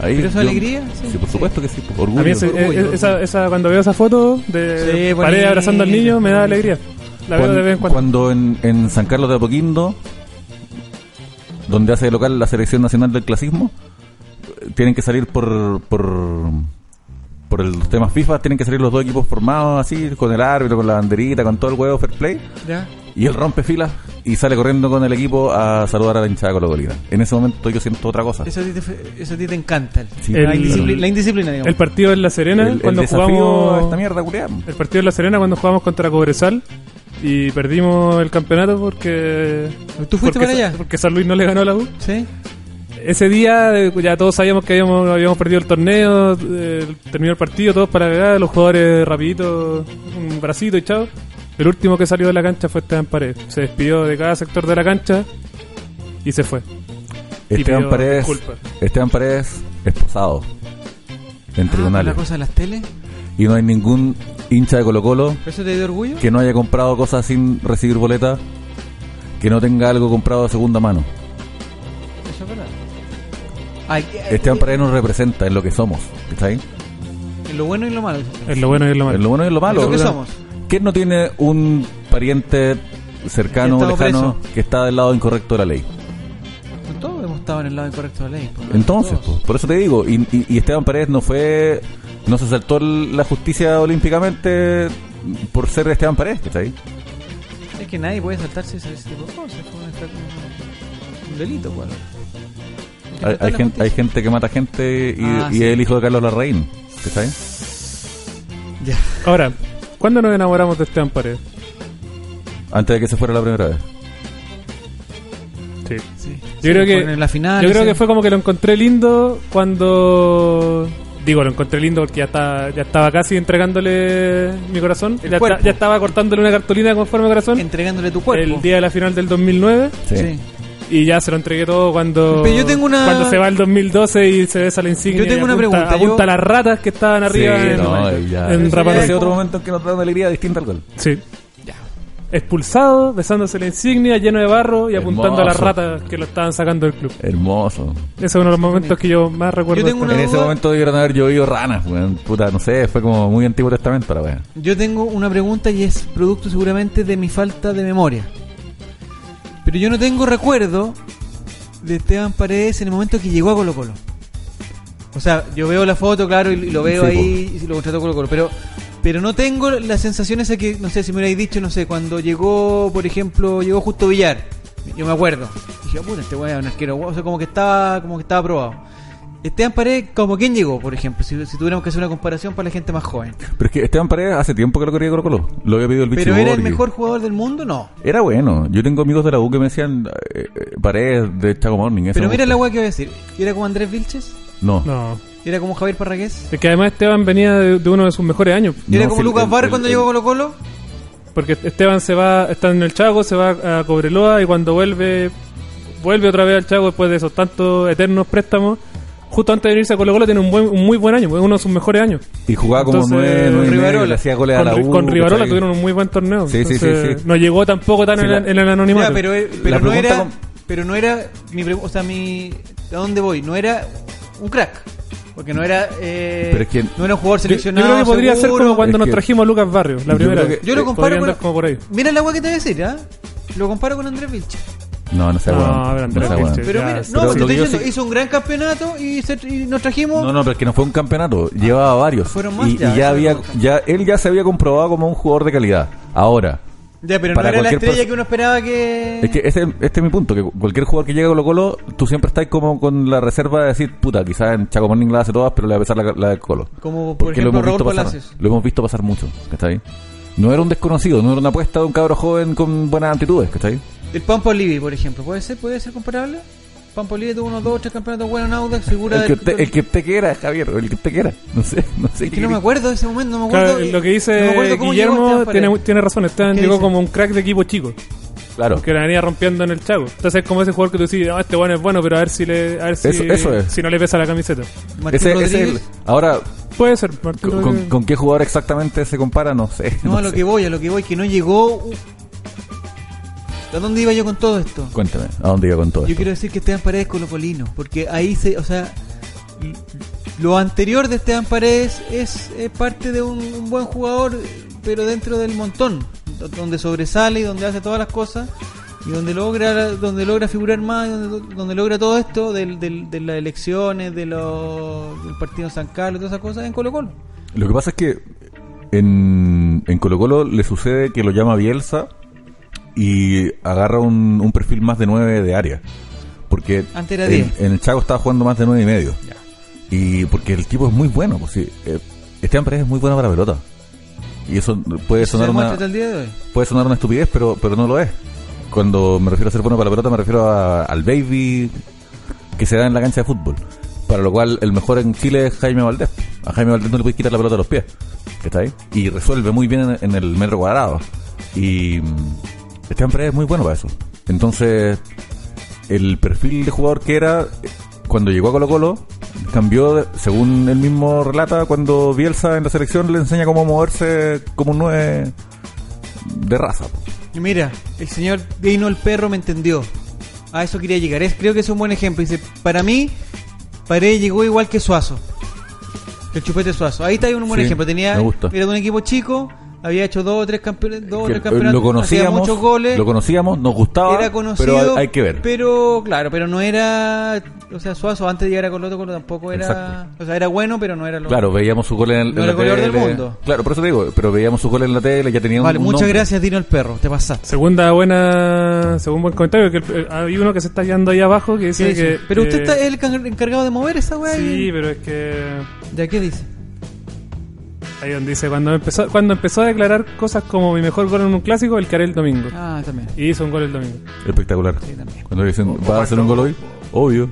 Ahí ¿Pero eso es alegría? Sí, Sí, por sí. supuesto que sí. por Orgullo. A mí ese- orgullo, eh, orgullo. Esa, esa- cuando veo esa foto de Sí, Paredes bonito, abrazando al niño me da bonito. alegría. La veo Cuan- de vez en cuando. cuando en, en San Carlos de Apoquindo, donde hace de local la selección nacional del clasismo, eh, tienen que salir por por por el tema FIFA, tienen que salir los dos equipos formados así, con el árbitro, con la banderita, con todo el huevo fair play, Ya. y él rompe filas y sale corriendo con el equipo a saludar a la hinchada colocolina. En ese momento yo siento otra cosa. Eso a ti te, fue- eso a ti te encanta. el- Sí, El- la, claro. indisciplina, la indisciplina, digamos. El partido en La El- Serena, el cuando desafío a jugamos. esta mierda, culián. El partido en La Serena, cuando jugamos contra Cobresal y perdimos el campeonato porque. ¿Tú fuiste porque para allá? Sa- Porque San Luis no le ganó a la U. ¿Sí? Ese día eh, ya todos sabíamos que habíamos, habíamos perdido el torneo, eh, terminó el partido, todos para cagar, los jugadores rapidito, un bracito y chao. El último que salió de la cancha fue Esteban Paredes. Se despidió de cada sector de la cancha y se fue. Y Esteban pidió Paredes, disculpas. Esteban Paredes, esposado en Ah, tribunales. la cosa de las teles. y no hay ningún hincha de Colo Colo ¿Eso te dio orgullo? que no haya comprado cosas sin recibir boleta, que no tenga algo comprado de segunda mano. Eso es verdad. Ay, eh, Esteban eh, Paredes nos representa en lo que somos, ¿cachí? en lo bueno y en lo malo. dices tú. Es lo bueno y es lo En malo. lo bueno y en lo malo. En lo que ¿verdad? somos. ¿Quién no tiene un pariente cercano, Que ha estado lejano, preso? que está del lado incorrecto de la ley? Todos hemos estado en el lado incorrecto de la ley. por lo menos Entonces, todos. po, por eso te digo, y, y- y Esteban Paredes no fue, no se saltó el- la justicia olímpicamente por ser Esteban Paredes, ¿cachai? pues. Es que nadie puede saltarse ese, ese tipo de cosas. es como una- un- un delito, pues. Hay que Hay, saltar hay la gente, justicia. hay gente que mata gente y, Ah, y sí. es el hijo de Carlos Larraín, ¿cachai? Ya. Ahora, ¿cuándo nos enamoramos de Esteban Paredes? Antes de que se fuera la primera vez. Sí. Sí. pues, Yo creo que En la final, yo creo sí. que fue como que lo encontré lindo cuando digo lo encontré lindo porque ya estaba ya estaba casi entregándole mi corazón, ya, cuerpo. esta- ya estaba cortándole una cartulina conforme a corazón entregándole tu cuerpo. el día de la final del 2009 Sí. y ya se lo entregué todo cuando Pero yo tengo una- cuando se va el 2012 y se besa la insignia. Yo tengo y una apunta- pregunta, yo- Apunta a las ratas que estaban arriba Sí, en, no, ya. en Eso Rapa ya Nui. es Ese otro momento en que nos da una alegría distinta al gol. Sí. Expulsado, besándose la insignia, lleno de barro y apuntando a las Hermoso. ratas que lo estaban sacando del club. Hermoso. Ese es uno de los momentos que yo más recuerdo. Yo tengo Una de en ese duda- momento debieron haber llovido ranas, weón. Puta, no sé, fue como muy antiguo testamento la weá. Yo tengo una pregunta y es producto seguramente de mi falta de memoria. Pero yo no tengo recuerdo de Esteban Paredes en el momento que llegó a Colo Colo. O sea, yo veo la foto, claro, y, y lo veo Sí, ahí, y lo contrató Colo Colo, pero, pero no tengo la sensación esa que, no sé, si me hubierais dicho, no sé, cuando llegó, por ejemplo, llegó Justo Villar, yo me acuerdo, dije, "Ah, puta, este weón es un arquero, guau", o sea, como que estaba, como que estaba aprobado. Esteban Paredes, como quién llegó, por ejemplo, si, si tuviéramos que hacer una comparación para la gente más joven. Pero es que Esteban Paredes hace tiempo que lo quería Colo Colo. Lo había pedido el bicho ¿Pero era el Borghi. mejor jugador del mundo? No. Era bueno. Yo tengo amigos de la U que me decían eh, eh, Paredes de Chaco Morning. ese Pero me mira gusta. la weá que voy a decir. ¿Era como Andrés Vilches? No. No. ¿Era como Javier Parragués? Es que además Esteban venía de, de uno de sus mejores años. ¿Era No, como sí, Lucas el- Barrios el- cuando el- llegó Colo Colo? Porque Esteban se va, está en el Chago, se va a Cobreloa y cuando vuelve, vuelve otra vez al Chago después de esos tantos eternos préstamos. Justo antes de venirse a Colo Colo tiene un, buen, un muy buen año, uno de sus mejores años. Y jugaba como Entonces, nueve, nueve y medio, Rivarola. le hacía goles a Con, la Ri- U. con Rivarola ¿cachai? tuvieron un muy buen torneo. Sí, sí, sí, Entonces, sí. No llegó tampoco tan Sí, en, la- el- en el anonimato. Ya, pero, eh, pero La no pregunta era. con- Pero no era. Mi pre- o sea, mi. ¿A dónde voy? No era un crack. Porque no era. eh, Pero es que- no era un jugador yo, yo seleccionado. creo que podría ser seguro. como cuando Es nos que- trajimos a Lucas Barrios, la Yo primera creo vez. que- Yo lo Eh, Podría comparo. andar Con, como por ahí. Mira la agua que te voy a decir, ¿ah? Lo comparo con Andrés Vilches. No, no sea No, weón. a ver, Andrés no, sea weón. Vilches. Pero Ya, mira, sí. no, Pero te lo estoy que yo diciendo, sí- hizo un gran campeonato y, se- y nos trajimos. No, no, pero es que no fue un campeonato. Llevaba varios. Fueron más, y, y ya, ya, eso había, me gusta. ya él ya se había comprobado como un jugador de calidad. Ahora, ya, pero no para era la cualquier estrella pers- que uno esperaba que. es que este, este es mi punto, que cualquier jugador que llega a Colo Colo, tú siempre estás como con la reserva de decir, puta, quizás en Chaco Morning la hace todas, pero le va a pesar la, la de Colo. Como por Porque ejemplo lo, hemos Raúl visto pasar, Palacios. lo hemos visto pasar mucho, ¿cachai? No era un desconocido, no era una apuesta de un cabro joven con buenas actitudes, ¿cachai? El Pampa Olivi, por ejemplo, ¿puede ser, puede ser comparable? Pampa Olivi tuvo unos 2 3 campeonatos buenos en Audax, figura El del- que, usted, el que usted quiera, Javier, el que usted quiera. No sé, no sé. Es que no me acuerdo de ese momento, no me acuerdo. Claro, lo que no me dice acuerdo cómo llegó Guillermo Esteban Paredes. tiene, tiene razón. Esteban ¿Qué llegó dice? como un crack de equipo chico. Claro. que la venía rompiendo en el Chaco. Entonces es como ese jugador que tú decís, no, este bueno es bueno, pero a ver si le, a ver si, Eso- eso es. si no le pesa la camiseta. Martín Ese- ese es el- Rodríguez. ahora, Puede ser, Martín con, Rodríguez. con- con qué jugador exactamente se compara? No sé. No, a lo sé. que voy, a lo que voy, que no llegó. u- ¿A dónde iba yo con todo esto? Cuéntame, ¿a dónde iba con todo Yo esto? quiero decir que Esteban Paredes es colocolino, porque ahí se, o sea, l- lo anterior de Esteban Paredes es, eh, parte de un, un buen jugador, pero dentro del montón, do- donde sobresale y donde hace todas las cosas y donde logra, donde logra figurar más, y donde, donde logra todo esto del, del- de las elecciones, de los, del partido San Carlos, todas esas cosas en Colo Colo. Lo que pasa es que en, en Colo Colo le sucede que lo llama Bielsa y agarra un, un perfil más de 9 de área. Porque Antes era en- 10. En, el Chaco estaba jugando más de 9 y medio. Y porque el tipo es muy bueno. Pues, sí, eh, Esteban Paredes es muy bueno para la pelota. Y eso puede Eso se sonar demuestra una, hasta el día de hoy. puede sonar una estupidez, pero, pero no lo es. Cuando me refiero a ser bueno para la pelota, me refiero a- al baby que se da en la cancha de fútbol. Para lo cual, el mejor en Chile es Jaime Valdés. A Jaime Valdés no le puedes quitar la pelota a los pies. Que está ahí. Y resuelve muy bien en, en el metro cuadrado. Y mm, Esteban Paredes es muy bueno para eso. Entonces, el perfil de jugador que era eh, cuando llegó a Colo Colo cambió, de- según él mismo relata, cuando Bielsa en la selección le enseña cómo moverse como un 9 de raza. po. Y Mira, el señor Deino el perro me entendió. A eso quería llegar. Es, creo que es un buen ejemplo. Dice, para mí, Paredes llegó igual que Suazo. El chupete Suazo. Ahí está un buen Sí, ejemplo. Tenía, me gusta. era de un equipo chico, había hecho dos o tres, campeones, dos, o Que, tres eh, campeonatos, lo hacía conocíamos, muchos goles, lo conocíamos, nos gustaba, era conocido. pero hay, hay que ver. Pero, claro, pero no era. O sea, Suazo antes de llegar a Colo Colo tampoco era. Exacto. O sea, era bueno, pero no era lo. Claro, veíamos su gol en, el- No en era la el goleador del tele. mundo. Claro, por eso te digo, pero veíamos su gol en la tele, ya tenía un- Vale, un muchas nombre. gracias, Dino el perro. Te pasaste. Segunda buena, según buen comentario, que el- eh, hay uno que se está guiando ahí abajo que dice Sí, que... sí. pero que- usted está, es el can- encargado de mover esa weá. Sí, pero es que... ¿Ya qué dice? Ahí donde dice, cuando empezó, cuando empezó a declarar cosas como mi mejor gol en un clásico, el que haré el domingo. Ah, también. Y hizo un gol el domingo. Espectacular. también. Cuando dicen, ¿va a hacer un gol hoy? Obvio.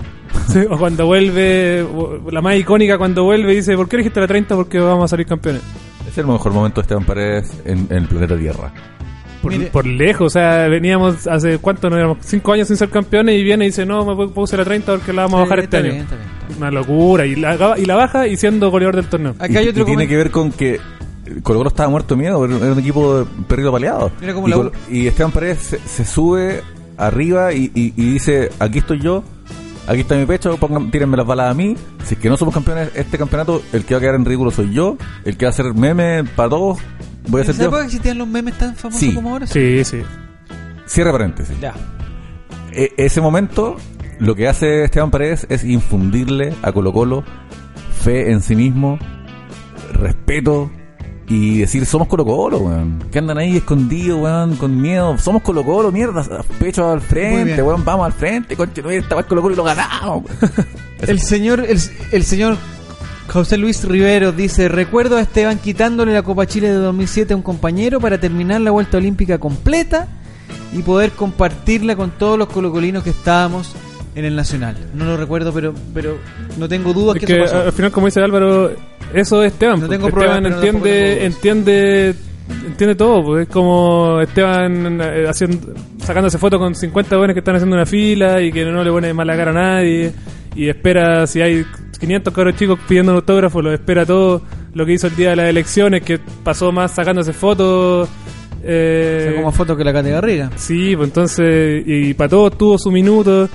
Sí, o cuando vuelve, o la más icónica cuando vuelve dice, ¿por qué elegiste la 30? Porque vamos a salir campeones. Es el mejor momento de Esteban Paredes en, en el planeta Tierra. Por, Mire. por lejos, o sea, veníamos hace cuánto, no éramos cinco años sin ser campeones y viene y dice, no, me pu- puse la 30 porque la vamos a Sí, bajar este está año. bien, está bien, está Una locura, y la, acaba- y la baja y siendo goleador del torneo. Acá y, hay otro y tiene comen- que ver con que Colo Colo estaba muerto de miedo, era era un equipo de perdido apaleado. Era como y, la U. Colo- y Esteban Paredes se, se sube arriba y, y- y dice, aquí estoy yo, aquí está mi pecho, pongan, tírenme las balas a mí. Si es que no somos campeones este campeonato, el que va a quedar en ridículo soy yo, el que va a hacer meme para todos, voy a ¿En ser esa yo. época existían los memes tan famosos Sí. como ahora? Sí, sí. Cierra paréntesis. Ya. E- ese momento, lo que hace Esteban Paredes es infundirle a Colo Colo fe en sí mismo, respeto y decir somos Colo Colo, weón. Que andan ahí escondidos, weón, con miedo. Somos Colo Colo, mierda, pecho al Muy frente, bien. weón, vamos al frente, conche, no, esta vez Colo Colo y lo ganamos. weón. El señor, el, el señor José Luis Rivero dice, recuerdo a Esteban quitándole la Copa Chile de 2007 a un compañero para terminar la Vuelta Olímpica completa y poder compartirla con todos los colocolinos que estábamos en el Nacional. No lo recuerdo, pero pero no tengo dudas Es que, que eh, eso pasó. al final, como dice Álvaro, eso es Esteban. No pues. tengo pruebas, Esteban pero tampoco tengo entiende, dudas. entiende, entiende todo. Pues. Es como Esteban eh, haciendo, sacándose fotos con 50 buenos que están haciendo una fila y que no le pone mala cara a nadie. Y espera, si hay 500 cabros chicos pidiendo un autógrafo, lo espera todo. Lo que hizo el día de las elecciones, que pasó más sacándose fotos. eh, Sacó más fotos que la Cate Garriga. sí, pues entonces, y para todos tuvo su minuto.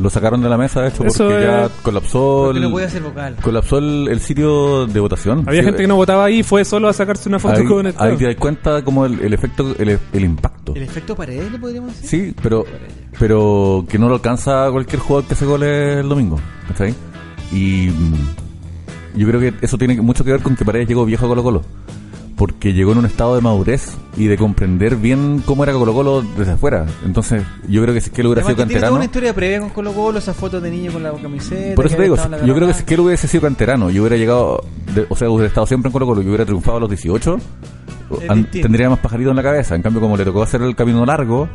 Lo sacaron de la mesa, de hecho, Eso porque ya es- colapsó Porque el, no podía ser vocal. colapsó el, el sitio de votación. Había Sí, gente que no votaba ahí, fue solo a sacarse una foto ahí, con ahí Esteban. te das cuenta como el, el efecto, el, el impacto. El efecto pared, le podríamos decir. Sí, pero pero que no lo alcanza cualquier jugador que hace goles el domingo. ¿Cachai? Y mm, yo creo que eso tiene mucho que ver con que Paredes llegó viejo a Colo Colo. Porque llegó en un estado de madurez y de comprender bien cómo era Colo Colo desde afuera. Entonces, yo creo que si es que lo hubiera Además, sido que tiene toda canterano. una historia previa con Colo Colo, esas fotos de niño con la camiseta. Por eso que te digo, había estado en la yo creo que si garrafa. que él hubiese sido canterano, yo hubiera llegado, de- o sea, hubiera estado siempre en Colo Colo, yo hubiera triunfado a los 18, Es an- distinto. tendría más pajaritos en la cabeza. En cambio, como le tocó hacer el camino largo,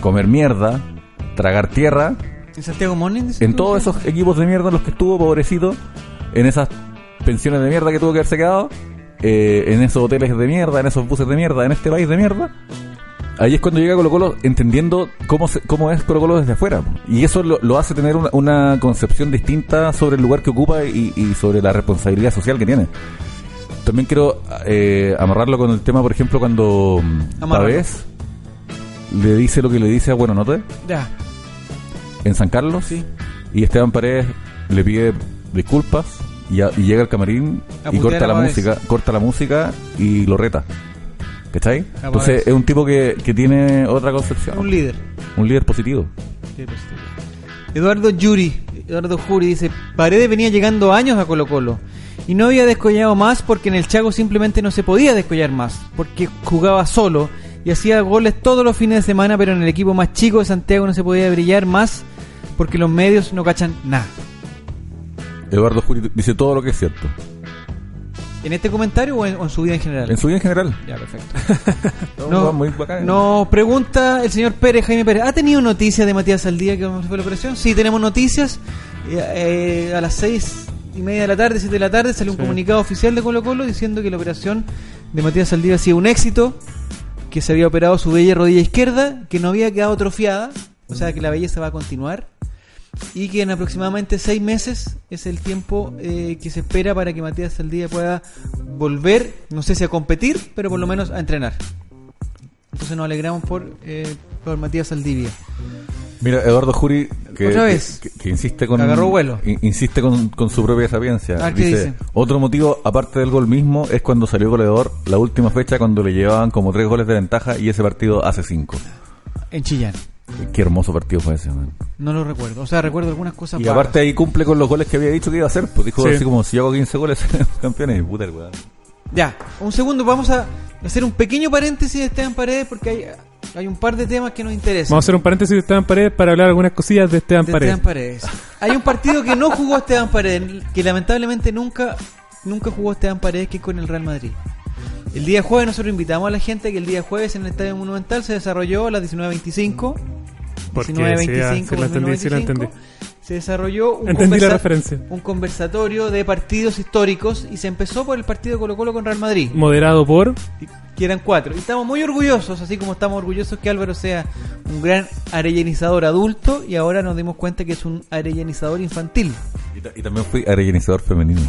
comer mierda, tragar tierra, ¿En Santiago Morning? dices en tú? todos esos equipos de mierda en los que estuvo, pobrecito, en esas pensiones de mierda que tuvo que haberse quedado, eh, en esos hoteles de mierda, en esos buses de mierda, en este país de mierda. Ahí es cuando llega Colo Colo entendiendo cómo, se- cómo es Colo Colo desde afuera. po. Y eso lo, lo hace tener una, una concepción distinta sobre el lugar que ocupa y, y sobre la responsabilidad social que tiene. También quiero eh, amarrarlo con el tema, por ejemplo, cuando mm, Amárralo. Pavés le dice lo que le dice a Buenanote Ya, en San Carlos. sí. Y Esteban Paredes le pide disculpas y, a- y llega al camarín A y putear corta a la Pavés. música, corta la música y lo reta. ¿Cachai? A Pavés. Entonces es un tipo que, que tiene otra concepción. Un líder. Un líder positivo. Sí, pues, sí. Eduardo Yuri, Eduardo Juri dice, Paredes venía llegando años a Colo Colo y no había descollado más porque en el Chaco simplemente no se podía descollar más, porque jugaba solo y hacía goles todos los fines de semana, pero en el equipo más chico de Santiago no se podía brillar más porque los medios no cachan nada. Eduardo Juri dice todo lo que es cierto. ¿En este comentario o en, o en su vida en general? En su vida en general. Ya, perfecto. Un No, weón muy bacán. Nos pregunta el señor Pérez, Jaime Pérez, ¿ha tenido noticias de Matías al día que fue la operación? Sí, tenemos noticias. Eh, eh, a las seis y media de la tarde, siete de la tarde, salió un Sí. comunicado oficial de Colo Colo diciendo que la operación de Matías Saldivia ha sido un éxito, que se había operado su bella rodilla izquierda, que no había quedado atrofiada, o sea que la belleza va a continuar, y que en aproximadamente seis meses es el tiempo eh, que se espera para que Matías Saldivia pueda volver, no sé si a competir, pero por lo menos a entrenar. Entonces nos alegramos por, eh, por Matías Saldivia. Mira, Eduardo Juri que, Otra vez. que- que insiste con Agarró vuelo. in- insiste con, con su propia sapiencia. A ver, ¿qué dice? Otro motivo aparte del gol mismo es cuando salió goleador la última fecha cuando le llevaban como tres goles de ventaja y ese partido hace cinco. En Chillán. Qué hermoso partido fue ese, man. No lo recuerdo. O sea, recuerdo algunas cosas. Y vagas. aparte ahí cumple con los goles que había dicho que iba a hacer. Pues dijo Sí. así como, si yo hago 15 goles, seremos campeones. Y Puta el weón. Ya, un segundo, vamos a hacer un pequeño paréntesis de Esteban Paredes porque hay, hay un par de temas que nos interesan. Vamos a hacer un paréntesis de Esteban Paredes para hablar algunas cosillas de Esteban de Paredes. Esteban Paredes. Hay un partido que no jugó Esteban Paredes, que lamentablemente nunca, nunca jugó Esteban Paredes, que es con el Real Madrid. El día jueves nosotros invitamos a la gente que el día jueves en el Estadio Monumental se desarrolló a las 19.25. Porque 19.25, sí, ah, sí la entendí, sí la 19.25, entendí. Se desarrolló un, Entendí la conversa- referencia. un conversatorio de partidos históricos y se empezó por el partido Colo Colo con Real Madrid. Moderado por. que eran cuatro. Y estamos muy orgullosos, así como estamos orgullosos que Álvaro sea un gran arellanizador adulto y ahora nos dimos cuenta que es un arellanizador infantil. Y, ta- y también fui arellanizador femenino.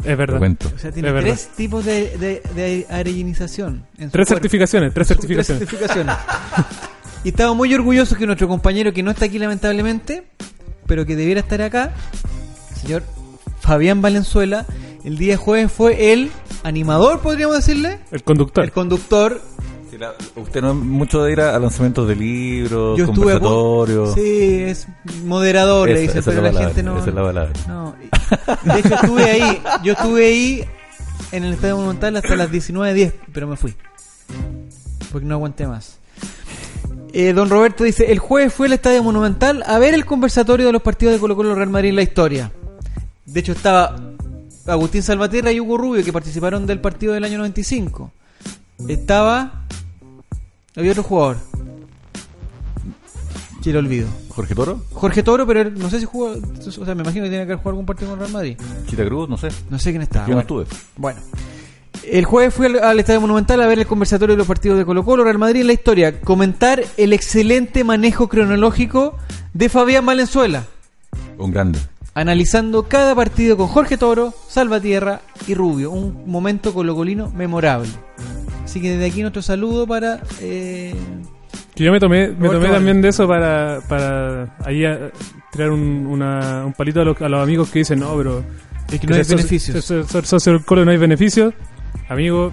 Es Te verdad. cuento. O sea, tiene Es verdad. tres tipos de, de, de arellanización. en su Tres cuerpo. certificaciones, tres Tres certificaciones. certificaciones. y estamos muy orgullosos que nuestro compañero que no está aquí lamentablemente, pero que debiera estar acá, el señor Fabián Valenzuela, el día jueves fue el animador, podríamos decirle, El conductor. el conductor Si la- usted no es mucho de ir a, a lanzamientos de libros, Yo estuve a conversatorios. pu- Sí, es moderador, le Esa- dicen, esa es pero la la, palabra, gente no. esa es la palabra. no. Y- De hecho, estuve ahí, yo estuve ahí en el estadio monumental hasta las 19.10, pero me fui. Porque no aguanté más. Eh, don Roberto dice, el jueves fue al Estadio Monumental a ver el conversatorio de los partidos de Colo Colo Real Madrid en la historia. De hecho estaba Agustín Salvatierra y Hugo Rubio que participaron del partido del año 95. Estaba... Había otro jugador. Que lo olvido. Jorge Toro, Jorge Toro, pero él- no sé si jugó... O sea, me imagino que tiene que haber jugado algún partido con Real Madrid. Chitacruz, no sé. No sé quién estaba. Yo no Ah, bueno. estuve. Bueno. El jueves fui al, al Estadio Monumental a ver el conversatorio de los partidos de Colo Colo, Real Madrid en la historia. Comentar el excelente manejo cronológico de Fabián Valenzuela. Un grande. Analizando cada partido con Jorge Toro, Salvatierra y Rubio. Un momento colocolino memorable. Así que desde aquí nuestro saludo para... eh, Que yo me tomé, me Roberto tomé Barrio. también de eso para, para ahí a- tirar un, una- un palito a los, a los amigos que dicen, no, pero... Es que no hay ser socio- beneficios". Ser, ser socio del Colo no hay beneficios. Amigo,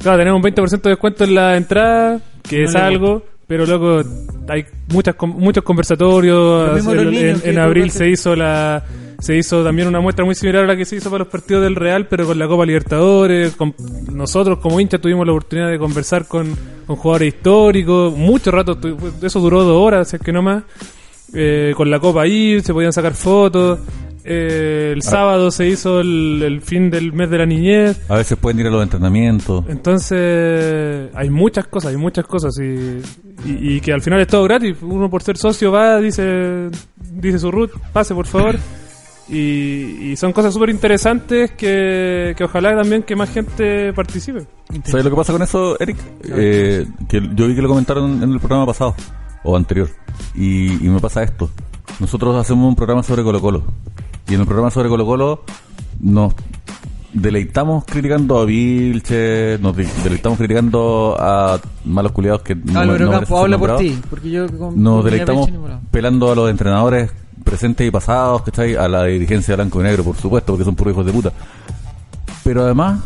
claro, tenemos un 20% de descuento en la entrada, que No es le algo, pero loco, hay muchas con- muchos Lo conversatorios. mismo los En, niños en- que en tú abril haces. se hizo la... Se hizo también una muestra muy similar a la que se hizo para los partidos del Real, pero con la Copa Libertadores. con- nosotros como hinchas tuvimos la oportunidad de conversar con, con jugadores históricos. Mucho rato, tu- eso duró dos horas, si es que no más. Eh, con la Copa ahí, se podían sacar fotos. Eh, el sábado se hizo el, el fin del mes de la niñez. A veces pueden ir a los entrenamientos. Entonces, hay muchas cosas, hay muchas cosas. Y, y- y que al final es todo gratis. Uno por ser socio va, dice, dice su root, pase por favor. Y, y son cosas súper interesantes que, que ojalá también que más gente participe. ¿Sabes lo que pasa con eso, Eric? Eh, que yo vi que lo comentaron en el programa pasado o anterior. Y, y me pasa esto. Nosotros hacemos un programa sobre Colo Colo. Y en el programa sobre Colo Colo nos deleitamos criticando a Vilche, nos de- deleitamos criticando a malos culiados que no, Álvaro no merecen Campo ser habla por nombrados. ti. Porque yo con- Nos con Miguel deleitamos Benchen y Morado. pelando a los entrenadores presentes y pasados, ¿cachai? A la dirigencia de blanco y negro, por supuesto, porque son puros hijos de puta. Pero además,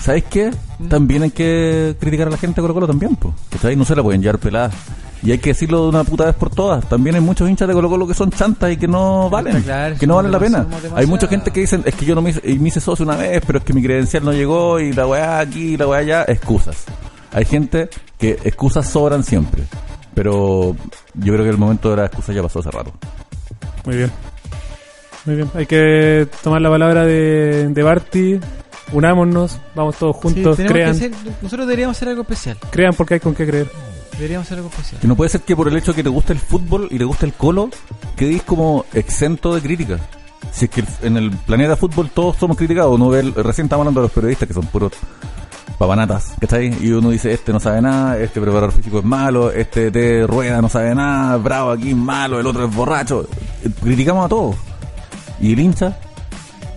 ¿sabes qué? Mm. También hay que criticar a la gente de Colo Colo también, po, ¿cachai? No se la pueden llevar pelada. Y hay que decirlo de una puta vez por todas. También hay muchos hinchas de Colo Colo que son chantas y que no valen. claro, que no somos valen la pena. demasiado- somos Hay mucha demasiado. gente que dicen, es que yo no me hice, y me hice socio una vez, pero es que mi credencial no llegó y la weá aquí y la weá allá. Excusas. Hay gente que excusas sobran siempre. Pero yo creo que el momento de las excusas ya pasó hace rato. Muy bien. Muy bien. Hay que tomar la palabra de, de Barty. Unámonos, vamos todos Sí, juntos, tenemos que crean. hacer- nosotros deberíamos hacer algo especial. Crean porque hay con qué creer. Deberíamos hacer algo especial. Que no puede ser que por el hecho que te gusta el fútbol y te gusta el colo, quedéis como exento de crítica. Si es que en el planeta fútbol todos somos criticados. Uno ve, el- recién estamos hablando de los periodistas que son puros papanatas, ¿cachai? Y uno dice, este no sabe nada, este preparador físico es malo, este te rueda no sabe nada, bravo aquí es malo, el otro es borracho. Eh, Criticamos a todos. Y el hincha,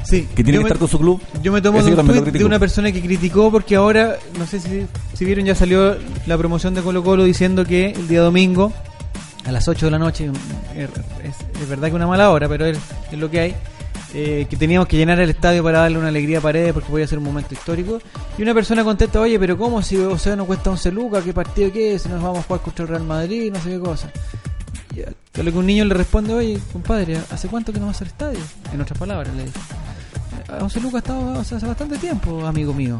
Sí, que tiene yo que me- estar con su club, Yo me tomo Ese de yo un también lo tuit de critico. una persona que criticó porque ahora, no sé si, si vieron, ya salió la promoción de Colo Colo diciendo que el día domingo, a las 8 de la noche, es, es verdad que una mala hora, pero es, es lo que hay, eh, que teníamos que llenar el estadio para darle una alegría a Paredes porque podía ser un momento histórico. Y una persona contesta, oye, pero ¿cómo si o sea, no cuesta 11 lucas? ¿Qué partido qué es? Si nos vamos a jugar contra el Real Madrid, no sé qué cosa. Y a a lo que un niño le responde, oye, compadre, ¿hace cuánto que no vas al estadio? En otras palabras, le dice. A 11 lucas estaba hace, hace bastante tiempo, amigo mío.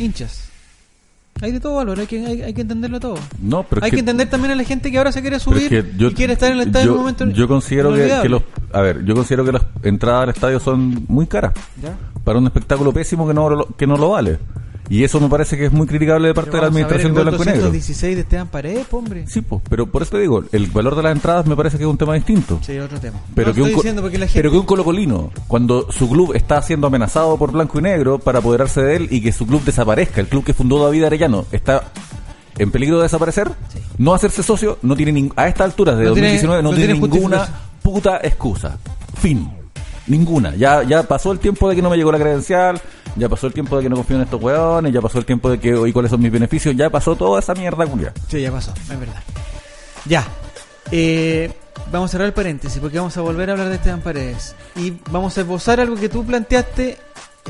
Hinchas. Hay de todo valor, hay que, hay, hay que entenderlo todo. No, pero es hay que, que- entender también a la gente que ahora se quiere Pero subir es que yo- y quiere estar en el estadio yo, en un momento. Yo considero que, inolvidable. que los, a ver, yo considero que las entradas al estadio son muy caras ¿Ya? para un espectáculo pésimo que no lo- que no lo vale. Y eso me parece que es muy criticable de parte de la Vamos a ver administración de el gol Blanco y Negro. 216 de Esteban Paredes, po, hombre. Sí, po, pero por eso te digo, el valor de las entradas me parece que es un tema distinto. Sí, otro tema. Pero, No, que un estoy co- diciendo porque la gente. pero que un colocolino, cuando su club está siendo amenazado por blanco y negro para apoderarse de él y que su club desaparezca, el club que fundó David Arellano, está en peligro de desaparecer, no hacerse socio, no tiene nin- a estas alturas de No tiene- 2019 no, no tiene, tiene ninguna justificación. puta excusa. Fin. Ninguna. Ya, ya pasó el tiempo de que no me llegó la credencial, ya pasó el tiempo de que no confío en estos hueones, ya pasó el tiempo de que hoy cuáles son mis beneficios, ya pasó toda esa mierda, culia. Sí, ya pasó, es verdad. Ya. Eh, vamos a cerrar el paréntesis porque vamos a volver a hablar de Esteban Paredes. Y vamos a esbozar algo que tú planteaste.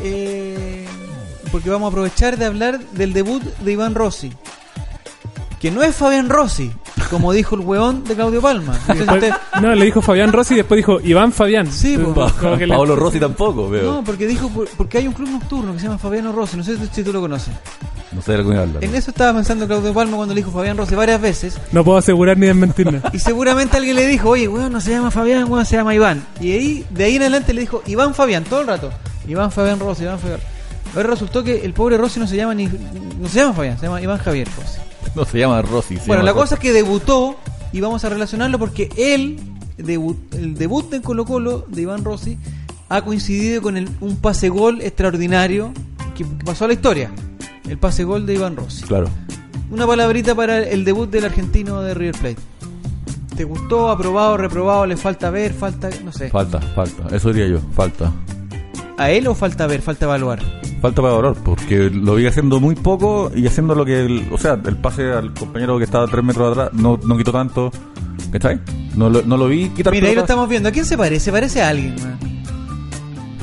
eh, porque vamos a aprovechar de hablar del debut de Iván Rossi. Que no es Fabián Rossi, como dijo el huevón de Claudio Palma. Entonces, Después- no, le dijo Fabián Rossi y después dijo Iván Fabián. Este Sí, po. Como que le- Pablo Rossi tampoco, usted- veo. no, porque dijo por- porque hay un club nocturno que se llama Fabiano Rossi. No sé si tú lo conoces. No sé de lo que me hablan. En eso estaba pensando Claudio Palma cuando le dijo Fabián Rossi varias veces. No puedo asegurar ni desmentir nada. Y seguramente alguien le dijo, oye, weón, no se llama Fabián, weón, se llama Iván. Y ahí, de ahí en adelante le dijo, Iván Fabián, todo el rato. Iván Fabián Rossi, Iván Fabián. Ahora resultó que el pobre Rossi no se llama ni. No se llama Fabián, se llama Iván Javier Rossi. No se llama Rossi. se bueno, llama la cosa Rossi. es que debutó, y vamos a relacionarlo porque él, debu- el debut en Colo-Colo de Iván Rossi, ha coincidido con el- un pase-gol extraordinario que que pasó a la historia. El pase-gol de Iván Rossi. Claro. Una palabrita para el debut del argentino de River Plate. ¿Te gustó? ¿Aprobado? ¿Reprobado? ¿Le falta ver? ¿Falta.? No sé. Falta, falta. Eso diría yo. Falta. ¿A él o falta ver? ¿Falta evaluar? Falta para valor, porque lo vi haciendo muy poco y haciendo lo que. el- o sea, el pase al compañero que estaba tres metros atrás no, no quitó tanto. ¿Cachai? No lo, no lo vi quitar Mira, ahí lo pelotas. estamos viendo. ¿A quién se parece? Se parece a alguien, man.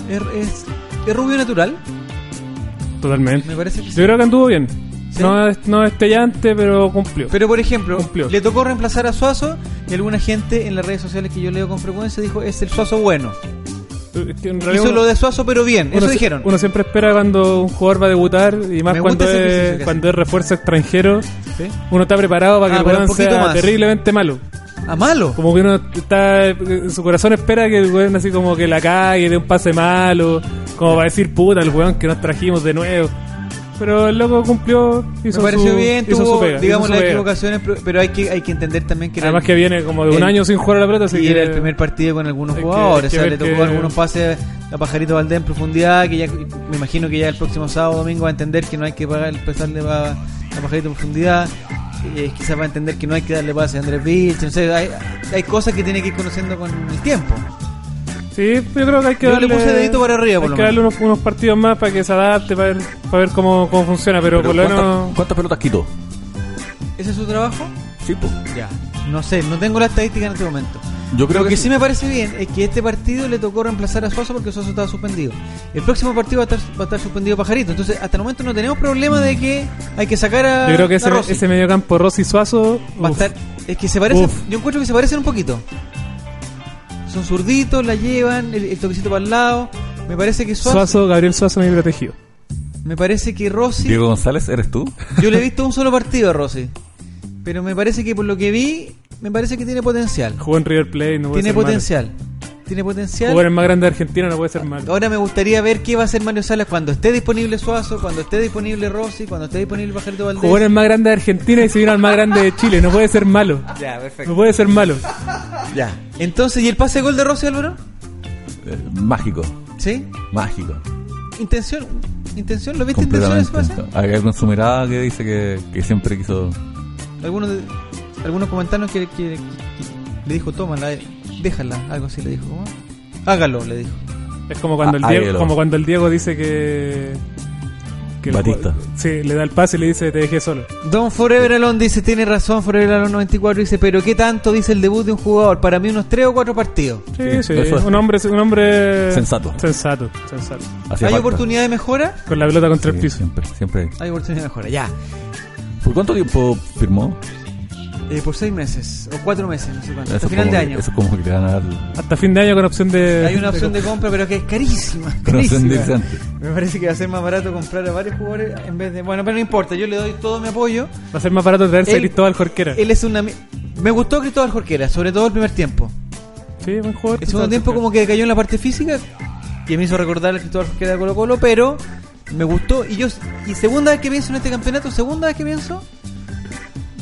¿Es, es- es rubio natural? Me Totalmente. parece que sí. Yo creo que anduvo bien. Sí. No, es- no destellante, pero cumplió. Pero por ejemplo, Cumplió. le tocó reemplazar a Suazo y alguna gente en las redes sociales que yo leo con frecuencia dijo es el Suazo bueno. Es que en realidad Hizo uno- lo de Suazo pero bien, eso uno se- dijeron. Uno siempre espera cuando un jugador va a debutar y más Me gusta cuando ese ejercicio es, que cuando es refuerzo extranjero. ¿Sí? Uno está preparado para Ah, que el pero un weón poquito sea más. terriblemente malo. A malo. Como que uno está. En su corazón espera que el weón así como que la cague, dé un pase malo. Como para decir puta el weón que nos trajimos de nuevo. Pero el loco cumplió, Me hizo pareció su, bien, hizo tuvo su pega, digamos hizo su las pega. equivocaciones, pero, pero hay que hay que entender también que era Además el- que viene como de un el- año sin jugar a la pelota, así y era que- el primer partido con algunos hay que- jugadores, hay que o sea, le ver tocó que- algunos pases a Pajarito Valdés en profundidad, que ya me imagino que ya el próximo sábado domingo va a entender que no hay que pagar, pesarle a, a Pajarito en profundidad, eh, quizás va a entender que no hay que darle pases a Andrés Vilch, no sé, hay, hay cosas que tiene que ir conociendo con el tiempo. Sí, yo creo que hay que Yo le darle. puse dedito para arriba, por Hay lo que menos. darle unos, unos partidos más para que se adapte, para ver, para ver cómo, cómo funciona. Pero, Pero por lo ¿cuántas- menos. ¿Cuántas pelotas quitó? ¿Ese es su trabajo? Sí, pues. Ya. No sé, no tengo la estadística en este momento. Yo creo Lo que que sí me parece bien es que este partido le tocó reemplazar a Suazo porque Suazo estaba suspendido. El próximo partido va a estar, va a estar suspendido Pajarito. Entonces, hasta el momento no tenemos problema de que hay que sacar a. Yo creo que a ese, Ah, Rossi. ese mediocampo Rossi Suazo. Va a uf, estar- Es que se parecen. Uf. Yo encuentro que se parecen un poquito. Son zurditos, la llevan, el, el toquecito para el lado. Me parece que Suazo. Suazo, Gabriel Suazo, mi protegido. Me parece que Rossi. Diego González, ¿eres tú? Yo le he visto un solo partido a Rossi. Pero me parece que por lo que vi, me parece que tiene potencial. Jugó en River Plate, no puede Tiene ser malo. potencial. Tiene potencial. Jugar en más grande de Argentina no puede ser malo. Ahora me gustaría ver qué va a hacer Mario Salas cuando esté disponible Suazo, cuando esté disponible Rossi, cuando esté disponible Pajarito Valdés. Jugó en el más grande de Argentina y se vino al más grande de Chile. No puede ser malo. Ya, No perfecto. puede ser malo. Ya. Entonces, ¿y el pase de gol de Rossi, Álvaro? Eh, mágico, ¿Sí? mágico. ¿Intención? ¿Intención? ¿Lo viste intención de Completamente. su pase? Hay algo en su mirada que dice que, que siempre quiso. Algunos, de- algunos comentaron que, que- que- que le dijo, tómala, eh, déjala, algo así le dijo. ¿cómo? Hágalo, le dijo. Es como cuando, el Ah, Diego, hágalo. como cuando el Diego dice que. que el Batista. jugador- Sí, le da el pase y le dice: Te dejé solo. Don Forever Alone dice, tiene razón, Forever Alone 94 dice, pero ¿qué tanto dice el debut de un jugador? Para mí unos 3 o 4 partidos. Sí, Sí, sí, eso es. un hombre, un hombre Sensato. sensato, sensato. Hacía ¿Hay falta. oportunidad de mejora? Con la pelota contra Sí, el piso. Siempre, siempre. Hay oportunidad de mejora, ya. ¿Por cuánto tiempo firmó? Eh, por seis meses, o cuatro meses, no sé cuánto, Eso hasta final como de que- año. Eso como que le van a dar. Hasta fin de año con opción de. Hay una opción de compra, pero que es carísima. Pero no sé dónde carísima. irse antes. Me parece que va a ser más barato comprar a varios jugadores en vez de. Bueno, pero no importa, yo le doy todo mi apoyo. Va a ser más barato traerse Él- a Cristóbal Jorquera. Él es una. mi- Me gustó Cristóbal Jorquera, sobre todo el primer tiempo. sí, buen jugador. El segundo tiempo, como que cayó en la parte física, que me hizo recordar a Cristóbal Jorquera de Colo Colo, pero me gustó. Y yo. Y segunda vez que pienso en este campeonato, segunda vez que pienso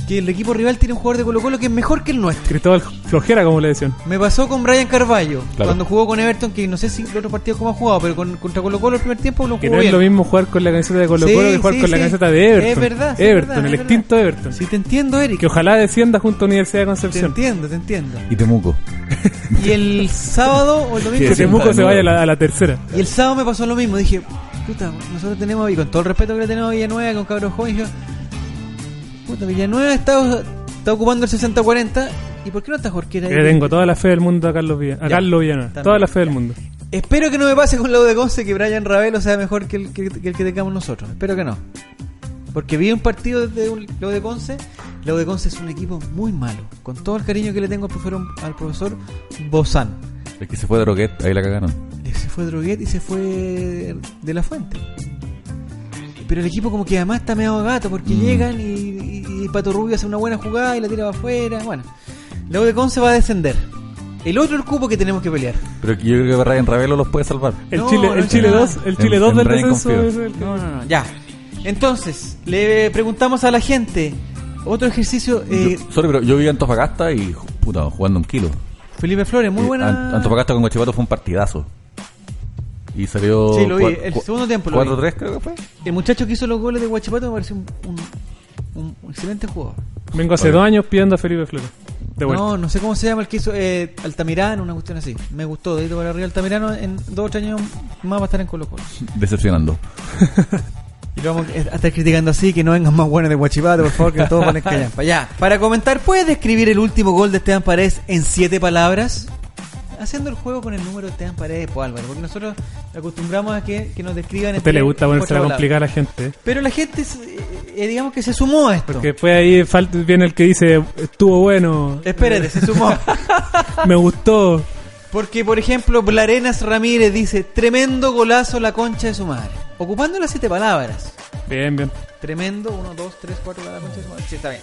que el equipo rival tiene un jugador de Colo Colo que es mejor que el nuestro. Cristóbal Flojera, como le decían. Me pasó con Brian Carballo Claro. cuando jugó con Everton, que no sé si los otros partidos cómo ha jugado, pero con, contra Colo Colo el primer tiempo lo Que jugó no es bien. lo mismo jugar con la camiseta de Colo Colo Sí, que jugar sí, con la sí. camiseta de Es Everton. verdad, sí, es Everton, verdad, el es extinto Everton. Sí, te entiendo, Eric. Que ojalá descienda junto a Universidad de Te Concepción. entiendo, te entiendo. Y Temuco. Y el sábado o el domingo. Que Sí, Temuco sí, se de vaya a nuevo. la, a la tercera. Y el sábado me pasó lo mismo. Dije, puta, nosotros tenemos, y con todo el respeto que le tenemos a Villanueva, con cabros jóvenes, dije, puta, Villanueva está, está ocupando el 60-40. ¿Y por qué no está Jorquera ahí? Le tengo toda la fe del mundo a Carlos Villa, a Ya, Carlos Villanueva. también. Toda la fe del mundo. Espero que no me pase con la U de Conce que Brian Ravelo sea mejor que el que, que el que tengamos nosotros. Espero que no. Porque vi un partido de un- la U de Conce. La U de Conce es un equipo muy malo. Con todo el cariño que le tengo al profesor, al profesor Bozán. Eh, El que se fue de Roquet, ahí la cagaron. Se fue Droguet y se fue de la fuente. Pero el equipo como que además está medio gato porque llegan y, y- y Pato Rubio hace una buena jugada y la tira para afuera. Bueno, la U de Conce va a descender. El otro el cupo que tenemos que pelear. Pero yo creo que Ryan Ravelo los puede salvar. El No, Chile, no el es Chile nada. 2, el En- Chile 2 en del Brian descenso confío. es el que- No, no, no, ya. Entonces, le preguntamos a la gente. Otro ejercicio, eh, Yo- sorry, pero yo viví en Antofagasta y ju- puta, jugando un kilo. Felipe Flores, muy Eh, buena. Ant- Antofagasta con Guachipato fue un partidazo. Y salió. Sí, lo vi, cua- el cua- segundo tiempo lo 4-3 creo que fue. El muchacho que hizo los goles de Guachipato me pareció un, un- un excelente jugador. Vengo hace Vale. dos años pidiendo a Felipe Flores. De vuelta. No, no sé cómo se llama el que hizo eh, Altamirano, una cuestión así. Me gustó, dedito para arriba Altamirano. En dos o tres años más va a estar en Colo Colo. Decepcionando. Y lo vamos a estar criticando así, que no vengan más buenos de Guachipato, por favor, que todos van a callar. Para allá. Para comentar, ¿puedes describir el último gol de Esteban Paredes en siete palabras? Haciendo el juego con el número de Esteban Paredes, pues Álvaro, porque nosotros acostumbramos a que, que nos describan a usted le gusta ponerse a complicada complicar a la gente. ¿eh? Pero la gente, se- eh, digamos que se sumó a esto. Que después ahí falta- viene el que dice, estuvo bueno, Espérate, se sumó. me gustó. Porque, por ejemplo, Blarenas Ramírez dice: Tremendo golazo la concha de su madre. Ocupando las siete palabras. Bien, bien. Tremendo, uno, dos, tres, cuatro, la concha de su madre. Sí, está bien.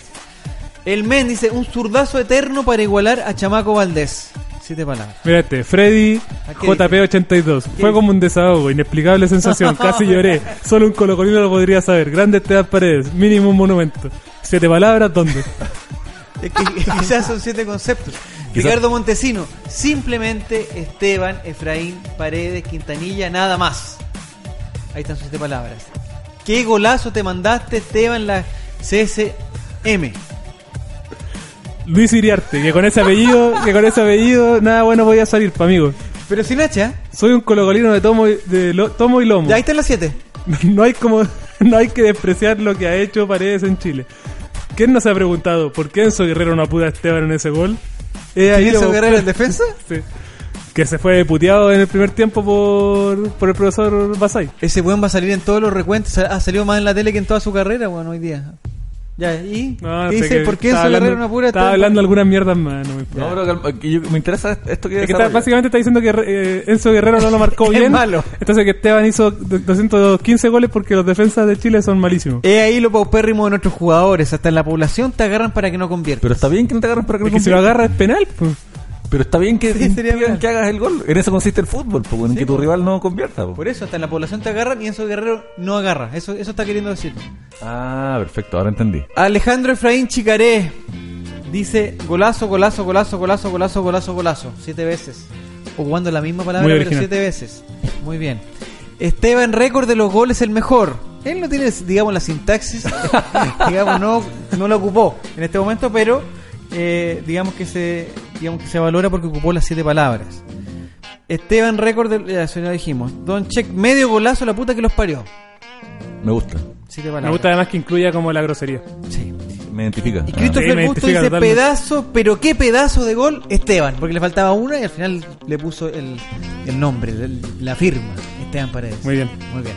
El Men dice: Un zurdazo eterno para igualar a Chamaco Valdés. Siete palabras. Mira este, Freddy ¿A qué JP82. Fue como un desahogo, inexplicable sensación, casi lloré. Solo un colocolino lo podría saber. Grande Esteban Paredes, mínimo un monumento. Siete palabras, ¿dónde? Es que quizás son siete conceptos. Ricardo Montesino: Simplemente Esteban, Efraín, Paredes, Quintanilla, nada más. Ahí están sus siete palabras. ¿Qué golazo te mandaste, Esteban, la CSM? Luis Iriarte, que con ese apellido, que con ese apellido, nada bueno podía salir, pa' amigo. Pero sin hacha. ¿eh? Soy un colocolino de tomo y, de lo- tomo y lomo. Ya ahí están las 7. No hay como, no hay que despreciar lo que ha hecho Paredes en Chile. ¿Quién nos ha preguntado por qué Enzo Guerrero no apuda a Esteban en ese gol? He ahí ¿Tienes lo- Guerrero en defensa? Sí. Que se fue puteado en el primer tiempo por, por el profesor Basay. Ese weón va a salir en todos los recuentos. Ha ha salido más en la tele que en toda su carrera, bueno, hoy día. Ya, ¿y? No, no ¿Qué sé dice? qué- ¿Por qué estaba Enzo Guerrero hablando- no apura? Estaba tanto? hablando algunas mierdas más. No me importa. No, pero calma, que yo- me interesa esto que. Es que está- desarrolla. básicamente está diciendo que eh, Enzo Guerrero no lo marcó Es bien. malo. Entonces que Esteban hizo 215 goles porque los defensas de Chile son malísimos. Es ahí lo paupérrimo de nuestros jugadores. Hasta en la población te agarran para que no conviertas. Pero está bien que no te agarren para que Es no que si lo conviertas. agarra es penal. pues. Pero está bien que, Sí, sería impidan penal. que hagas el gol. En eso consiste el fútbol, po, en que tu rival no convierta. po. Por eso, hasta en la población te agarran y Enzo Guerrero no agarra. Eso, eso está queriendo decir. Ah, perfecto, ahora entendí. Alejandro Efraín Chicaré dice golazo, golazo, golazo, golazo, golazo, golazo, golazo. Siete veces. Ocupando la misma palabra, Muy pero original. siete veces. Muy bien. Esteban, récord de los goles, el mejor. Él no tiene, digamos, la sintaxis. digamos, no, no la ocupó en este momento, pero eh, digamos, que se, digamos que se valora porque ocupó las siete palabras. Esteban, récord de. Ya, eso ya lo dijimos. Don Check, medio golazo, la puta que los parió. Me gusta, Siete Me palabras. gusta además que incluya como la grosería. Sí. me identifica. Y Ah. Sí, Christopher me Gusto dice identifica totalmente. pedazo, pero qué pedazo de gol Esteban, porque le faltaba una y al final le puso el, el nombre, el- la firma, Esteban Paredes. Muy bien. Muy bien.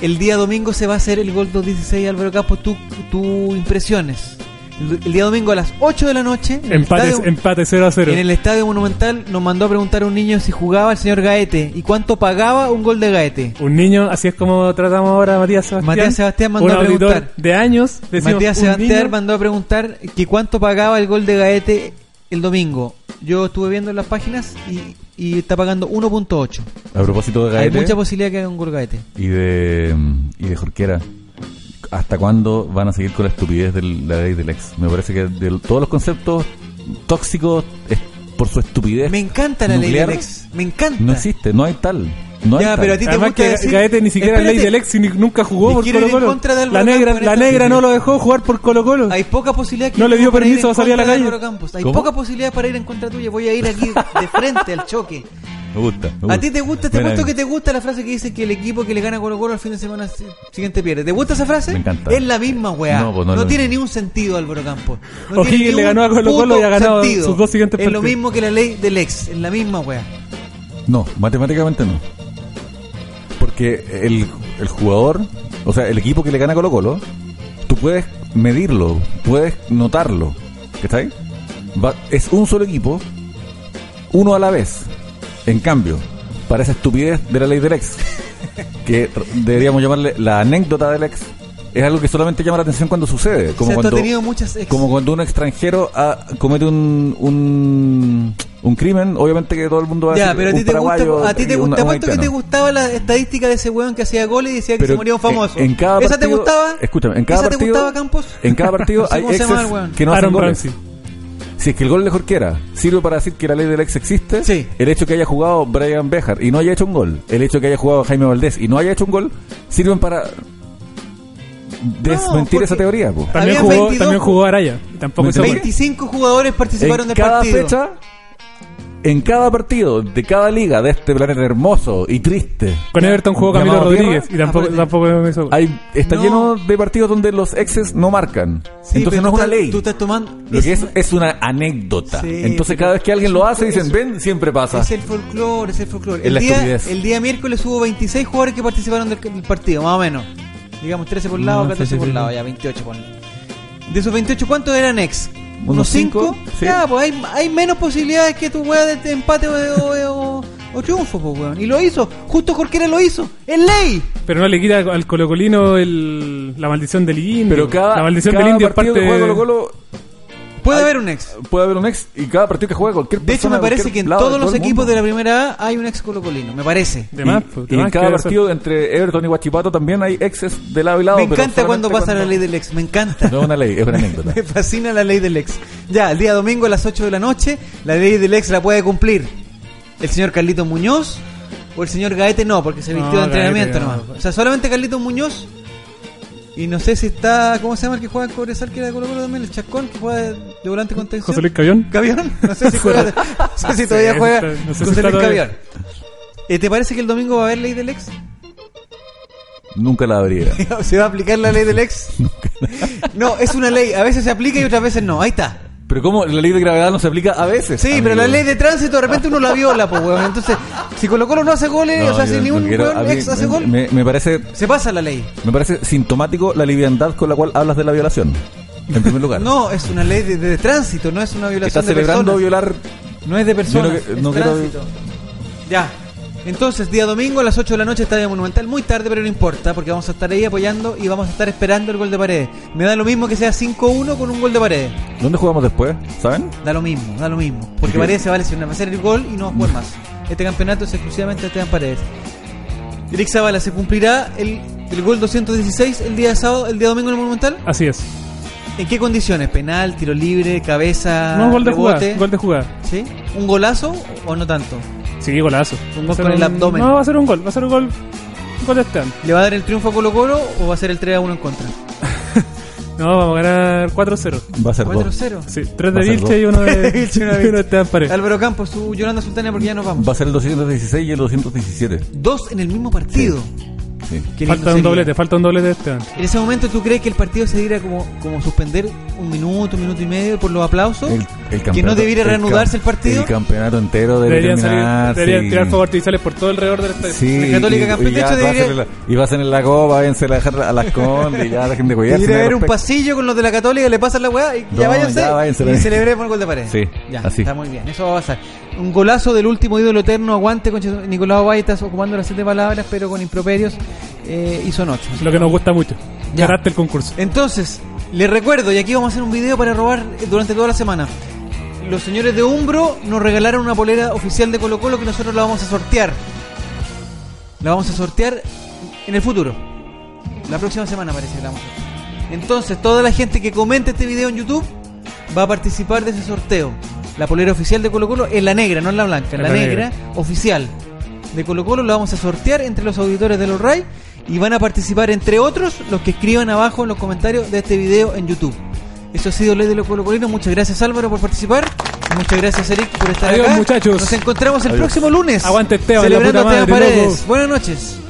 El día domingo se va a hacer el gol 216 Álvaro Campos, tu, tu impresiones. El, el día domingo a las 8 de la noche, en el Empate, estadio- empate 0 a 0. en el Estadio Monumental nos mandó a preguntar a un niño si jugaba el señor Gaete y cuánto pagaba un gol de Gaete. Un niño, así es como tratamos ahora a Matías Sebastián. Matías Sebastián mandó un a auditor preguntar. de años. decimos, Matías un Sebastián niño- mandó a preguntar que cuánto pagaba el gol de Gaete el domingo. Yo estuve viendo las páginas y, y está pagando 1.8. A propósito de Hay Gaete mucha posibilidad que haga un gol Gaete. y de y de Jorquera, ¿hasta cuándo van a seguir con la estupidez de la ley del ex? Me parece que de todos los conceptos tóxicos es por su estupidez. Me encanta la nuclear, ley del ex. Me encanta. No existe, no hay tal. No hay Ya, tal. pero a ti- te Además gusta que decir- Gaete ni siquiera es ley Espérate. del ex y ni- nunca jugó Me por quiero ir Colo en Colo. contra de Álvaro La negra, Campos en la esta negra no ocasión. lo dejó jugar por Colo Colo. Hay poca posibilidad que No le dio yo pueda ir permiso en a salir a la contra de calle. Álvaro Campos. Hay ¿Cómo? poca posibilidad para ir en contra tuya. Voy a ir aquí de frente al choque. me gusta. me ¿A ti te gusta? Te Ven a puesto mí. que te gusta la frase que dice que el equipo que le gana a Colo Colo al fin de semana si- siguiente pierde. ¿Te gusta esa frase? Me encanta. Es la misma weá. No, No, pues, no, no. tiene ni un sentido Álvaro Campos. No O'Higgins tiene ni le un ganó a Colo Colo puto y ha ganado sentido. sus dos siguientes Es lo partidos. mismo que la ley del ex. Es la misma weá. No, matemáticamente no. Porque el, el jugador, o sea, el equipo que le gana a Colo Colo, tú puedes medirlo, puedes notarlo. ¿Cachai? Va- es un solo equipo, uno a la vez. En cambio, para esa estupidez de la ley del ex, que r- deberíamos llamarle la anécdota del ex, es algo que solamente llama la atención cuando sucede. Como Exacto, cuando, ha tenido muchas ex. como cuando un extranjero ah, comete un, un, un crimen, obviamente que todo el mundo va a ya, decir, pero a ti "Un te paraguayo eh, gusta, a ti te y un- gusta, un ¿cuánto que te haitiano". gustaba la estadística de ese weón que hacía goles y decía que se moría un famoso? En, en cada ¿Esa te partido- gustaba? Escúchame, en cada ¿Esa partido. te gustaba, Campos? En cada partido No sé hay cómo se exes llama el weón. que no hacen Aaron goles. Ramsey. Si es que el gol le jorquiera, sirve para decir que la ley del ex existe. Sí. El hecho que haya jugado Brian Bejar y no haya hecho un gol, el hecho que haya jugado Jaime Valdés y no haya hecho un gol, sirven para desmentir porque- esa teoría. po. También Habían jugó, 22 también jugó Araya. Tampoco se acuerda. 25 jugadores participaron En del cada partido. fecha, en cada partido de cada liga de este planeta hermoso y triste, Con Everton jugó Camilo Llamado Rodríguez y Tierra. ah, tampoco, Aparte. tampoco me hizo. hay, está No. lleno de partidos donde los exes no marcan. Sí, Entonces pero no es tú una estás- ley. Tú estás tomando. Lo que es es una anécdota. Sí, Entonces pero cada vez que alguien es lo un- hace dicen, es- ven, siempre pasa. Es el folclore, es el folclore. Es El la día, estupidez. el día miércoles hubo 26 jugadores que participaron del, del partido, más o menos. Digamos 13 por lado, No, 14 sí, sí, por sí. lado, ya 28 ponle. De esos 28, ¿cuántos eran ex? ¿Unos Unos 5? cinco, sí. Ya, pues hay, hay menos posibilidades que tu weá de de empate o, o- o- o triunfo, pues weón. Y lo hizo, justo Jorquera lo hizo. ¡Es ley! Pero no le quita al colocolino el, la maldición del indio. Pero cada, la maldición cada del indio es partido parte que juega Colo Colo Puede Ay. haber un ex. puede haber un ex y cada partido que juega cualquier De hecho, persona me parece cualquier que en lado de todos todo los el equipos mundo. de la primera A hay un ex colocolino, me parece. De más, Y- pues, y, de en más que cada debe ser. partido entre Everton y Guachipato también hay exes de lado y lado. me pero encanta cuando solamente pasa la ley del ex, me encanta. No es una ley, es una anécdota. Me fascina la ley del ex. Ya, el día domingo a las 8 de la noche, la ley del ex la puede cumplir el señor Carlito Muñoz o el señor Gaete no, porque se No, vistió de entrenamiento Gaete no. nomás. O sea, solamente Carlito Muñoz y no sé si está, ¿cómo se llama el que juega en Cobresal que era de Colo Colo también? El Chascón que juega de de volante con tensión. José Luis Cabión. Cavión, no sé si, juega- no sé si todavía Sí, juega está- no sé si José está Luis todavía. Cavión. Eh, ¿Te parece que el domingo va a haber ley del ex? Nunca la habría. ¿Se va a aplicar la ley del ex? no, es una ley. A veces se aplica y otras veces no. Ahí está. Pero como la ley de gravedad no se aplica a veces. Sí, pero la amigo. ley de tránsito de repente uno la viola, pues, weón. Entonces, si Colo Colo no hace goles, No, o sea, yo si ni no un quiero- a weón mí ex hace me- gol, Me, me parece se pasa la ley. me parece sintomático la liviandad con la cual hablas de la violación. En primer lugar. No, es una ley de, de tránsito, no es una violación Estás de celebrando personas. violar No es de personas, Yo no que- es no quiero- tránsito. Ya. Entonces, día domingo a las 8 de la noche, Estadio Monumental, muy tarde, pero no importa, porque vamos a estar ahí apoyando y vamos a estar esperando el gol de pared. Me da lo mismo que sea 5-1 con un gol de pared. ¿Dónde jugamos después? ¿Saben? Da lo mismo, da lo mismo. Porque Ok. Paredes se va a lesionar, va a hacer el gol y no va a jugar más. Este campeonato es exclusivamente de Esteban Paredes. Eric Zavala se cumplirá el, el gol 216 el día sábado, el día domingo en el Monumental. Así es. ¿En qué condiciones? ¿Penal, tiro libre, cabeza? no, gol de Ah, rebote? jugada. Gol de jugada. ¿Sí? ¿Un golazo o no tanto? Sí, golazo. Un gol Va a ser con el abdomen. No, va a ser un gol. Va a ser un gol. Un gol de Esteban. ¿Le va a dar el triunfo a Colo Colo o va a ser el 3 a 1 en contra? No, vamos a ganar 4-0. Va a ser dos. 4-0. Sí, 3 Va a de ser Vilche y uno de Vilche, y uno de uno de Esteban Paredes. Álvaro Campos, tú Yolanda Sultana porque ya nos vamos. Va a ser el 216 y el 217. Dos en el mismo partido. Sí. Qué lindo Falta un sería. doblete, falta un doblete de Esteban. En ese momento, ¿tú crees que el partido se diera como, como suspender un minuto, un minuto y medio por los aplausos? que no campeonato- debiera el reanudarse el, cam- partido. El campeonato entero debería Deberían salir, terminar. deberían sí. tirar fuegos artificiales por todo alrededor del estadio. Sí, La Católica y- campeón, y de ya hecho, pasen debería- en la- y pasen en la copa, váyanse a dejar a las condes, y ya dejen de cuidarse. Ir a no hay ver un respeto. pasillo con los de la Católica, le pasan la weá y ya No, váyanse. ya váyanse. y celebremos el gol de pared. Sí, ya, así. está muy bien. Eso va a pasar. Un golazo del último ídolo eterno, aguante con Ches- Nicolás Obay, estás ocupando las siete palabras, pero con improperios eh, y son ocho. Lo que nos gusta mucho. Ya. Ganaste el concurso. Entonces, les recuerdo, y aquí vamos a hacer un video para robar eh, durante toda la semana. Los señores de Umbro nos regalaron una polera oficial de Colo Colo que nosotros la vamos a sortear. La vamos a sortear en el futuro. La próxima semana parece que la vamos a sortear. Entonces, toda la gente que comente este video en YouTube va a participar de ese sorteo. La polera oficial de Colo Colo es la negra, no es la blanca, Es la, la negra, negra. oficial de Colo Colo la vamos a sortear entre los auditores del Ray y van a participar entre otros los que escriban abajo en los comentarios de este video en YouTube. Eso ha sido Ley de los Colo Colinos. Muchas gracias Álvaro por participar. Muchas gracias Eric por estar Adiós, acá. muchachos. Nos encontramos el próximo lunes. Aguante, Esteban, la Celebrando puta Esteban madre, Paredes. loco. Buenas noches.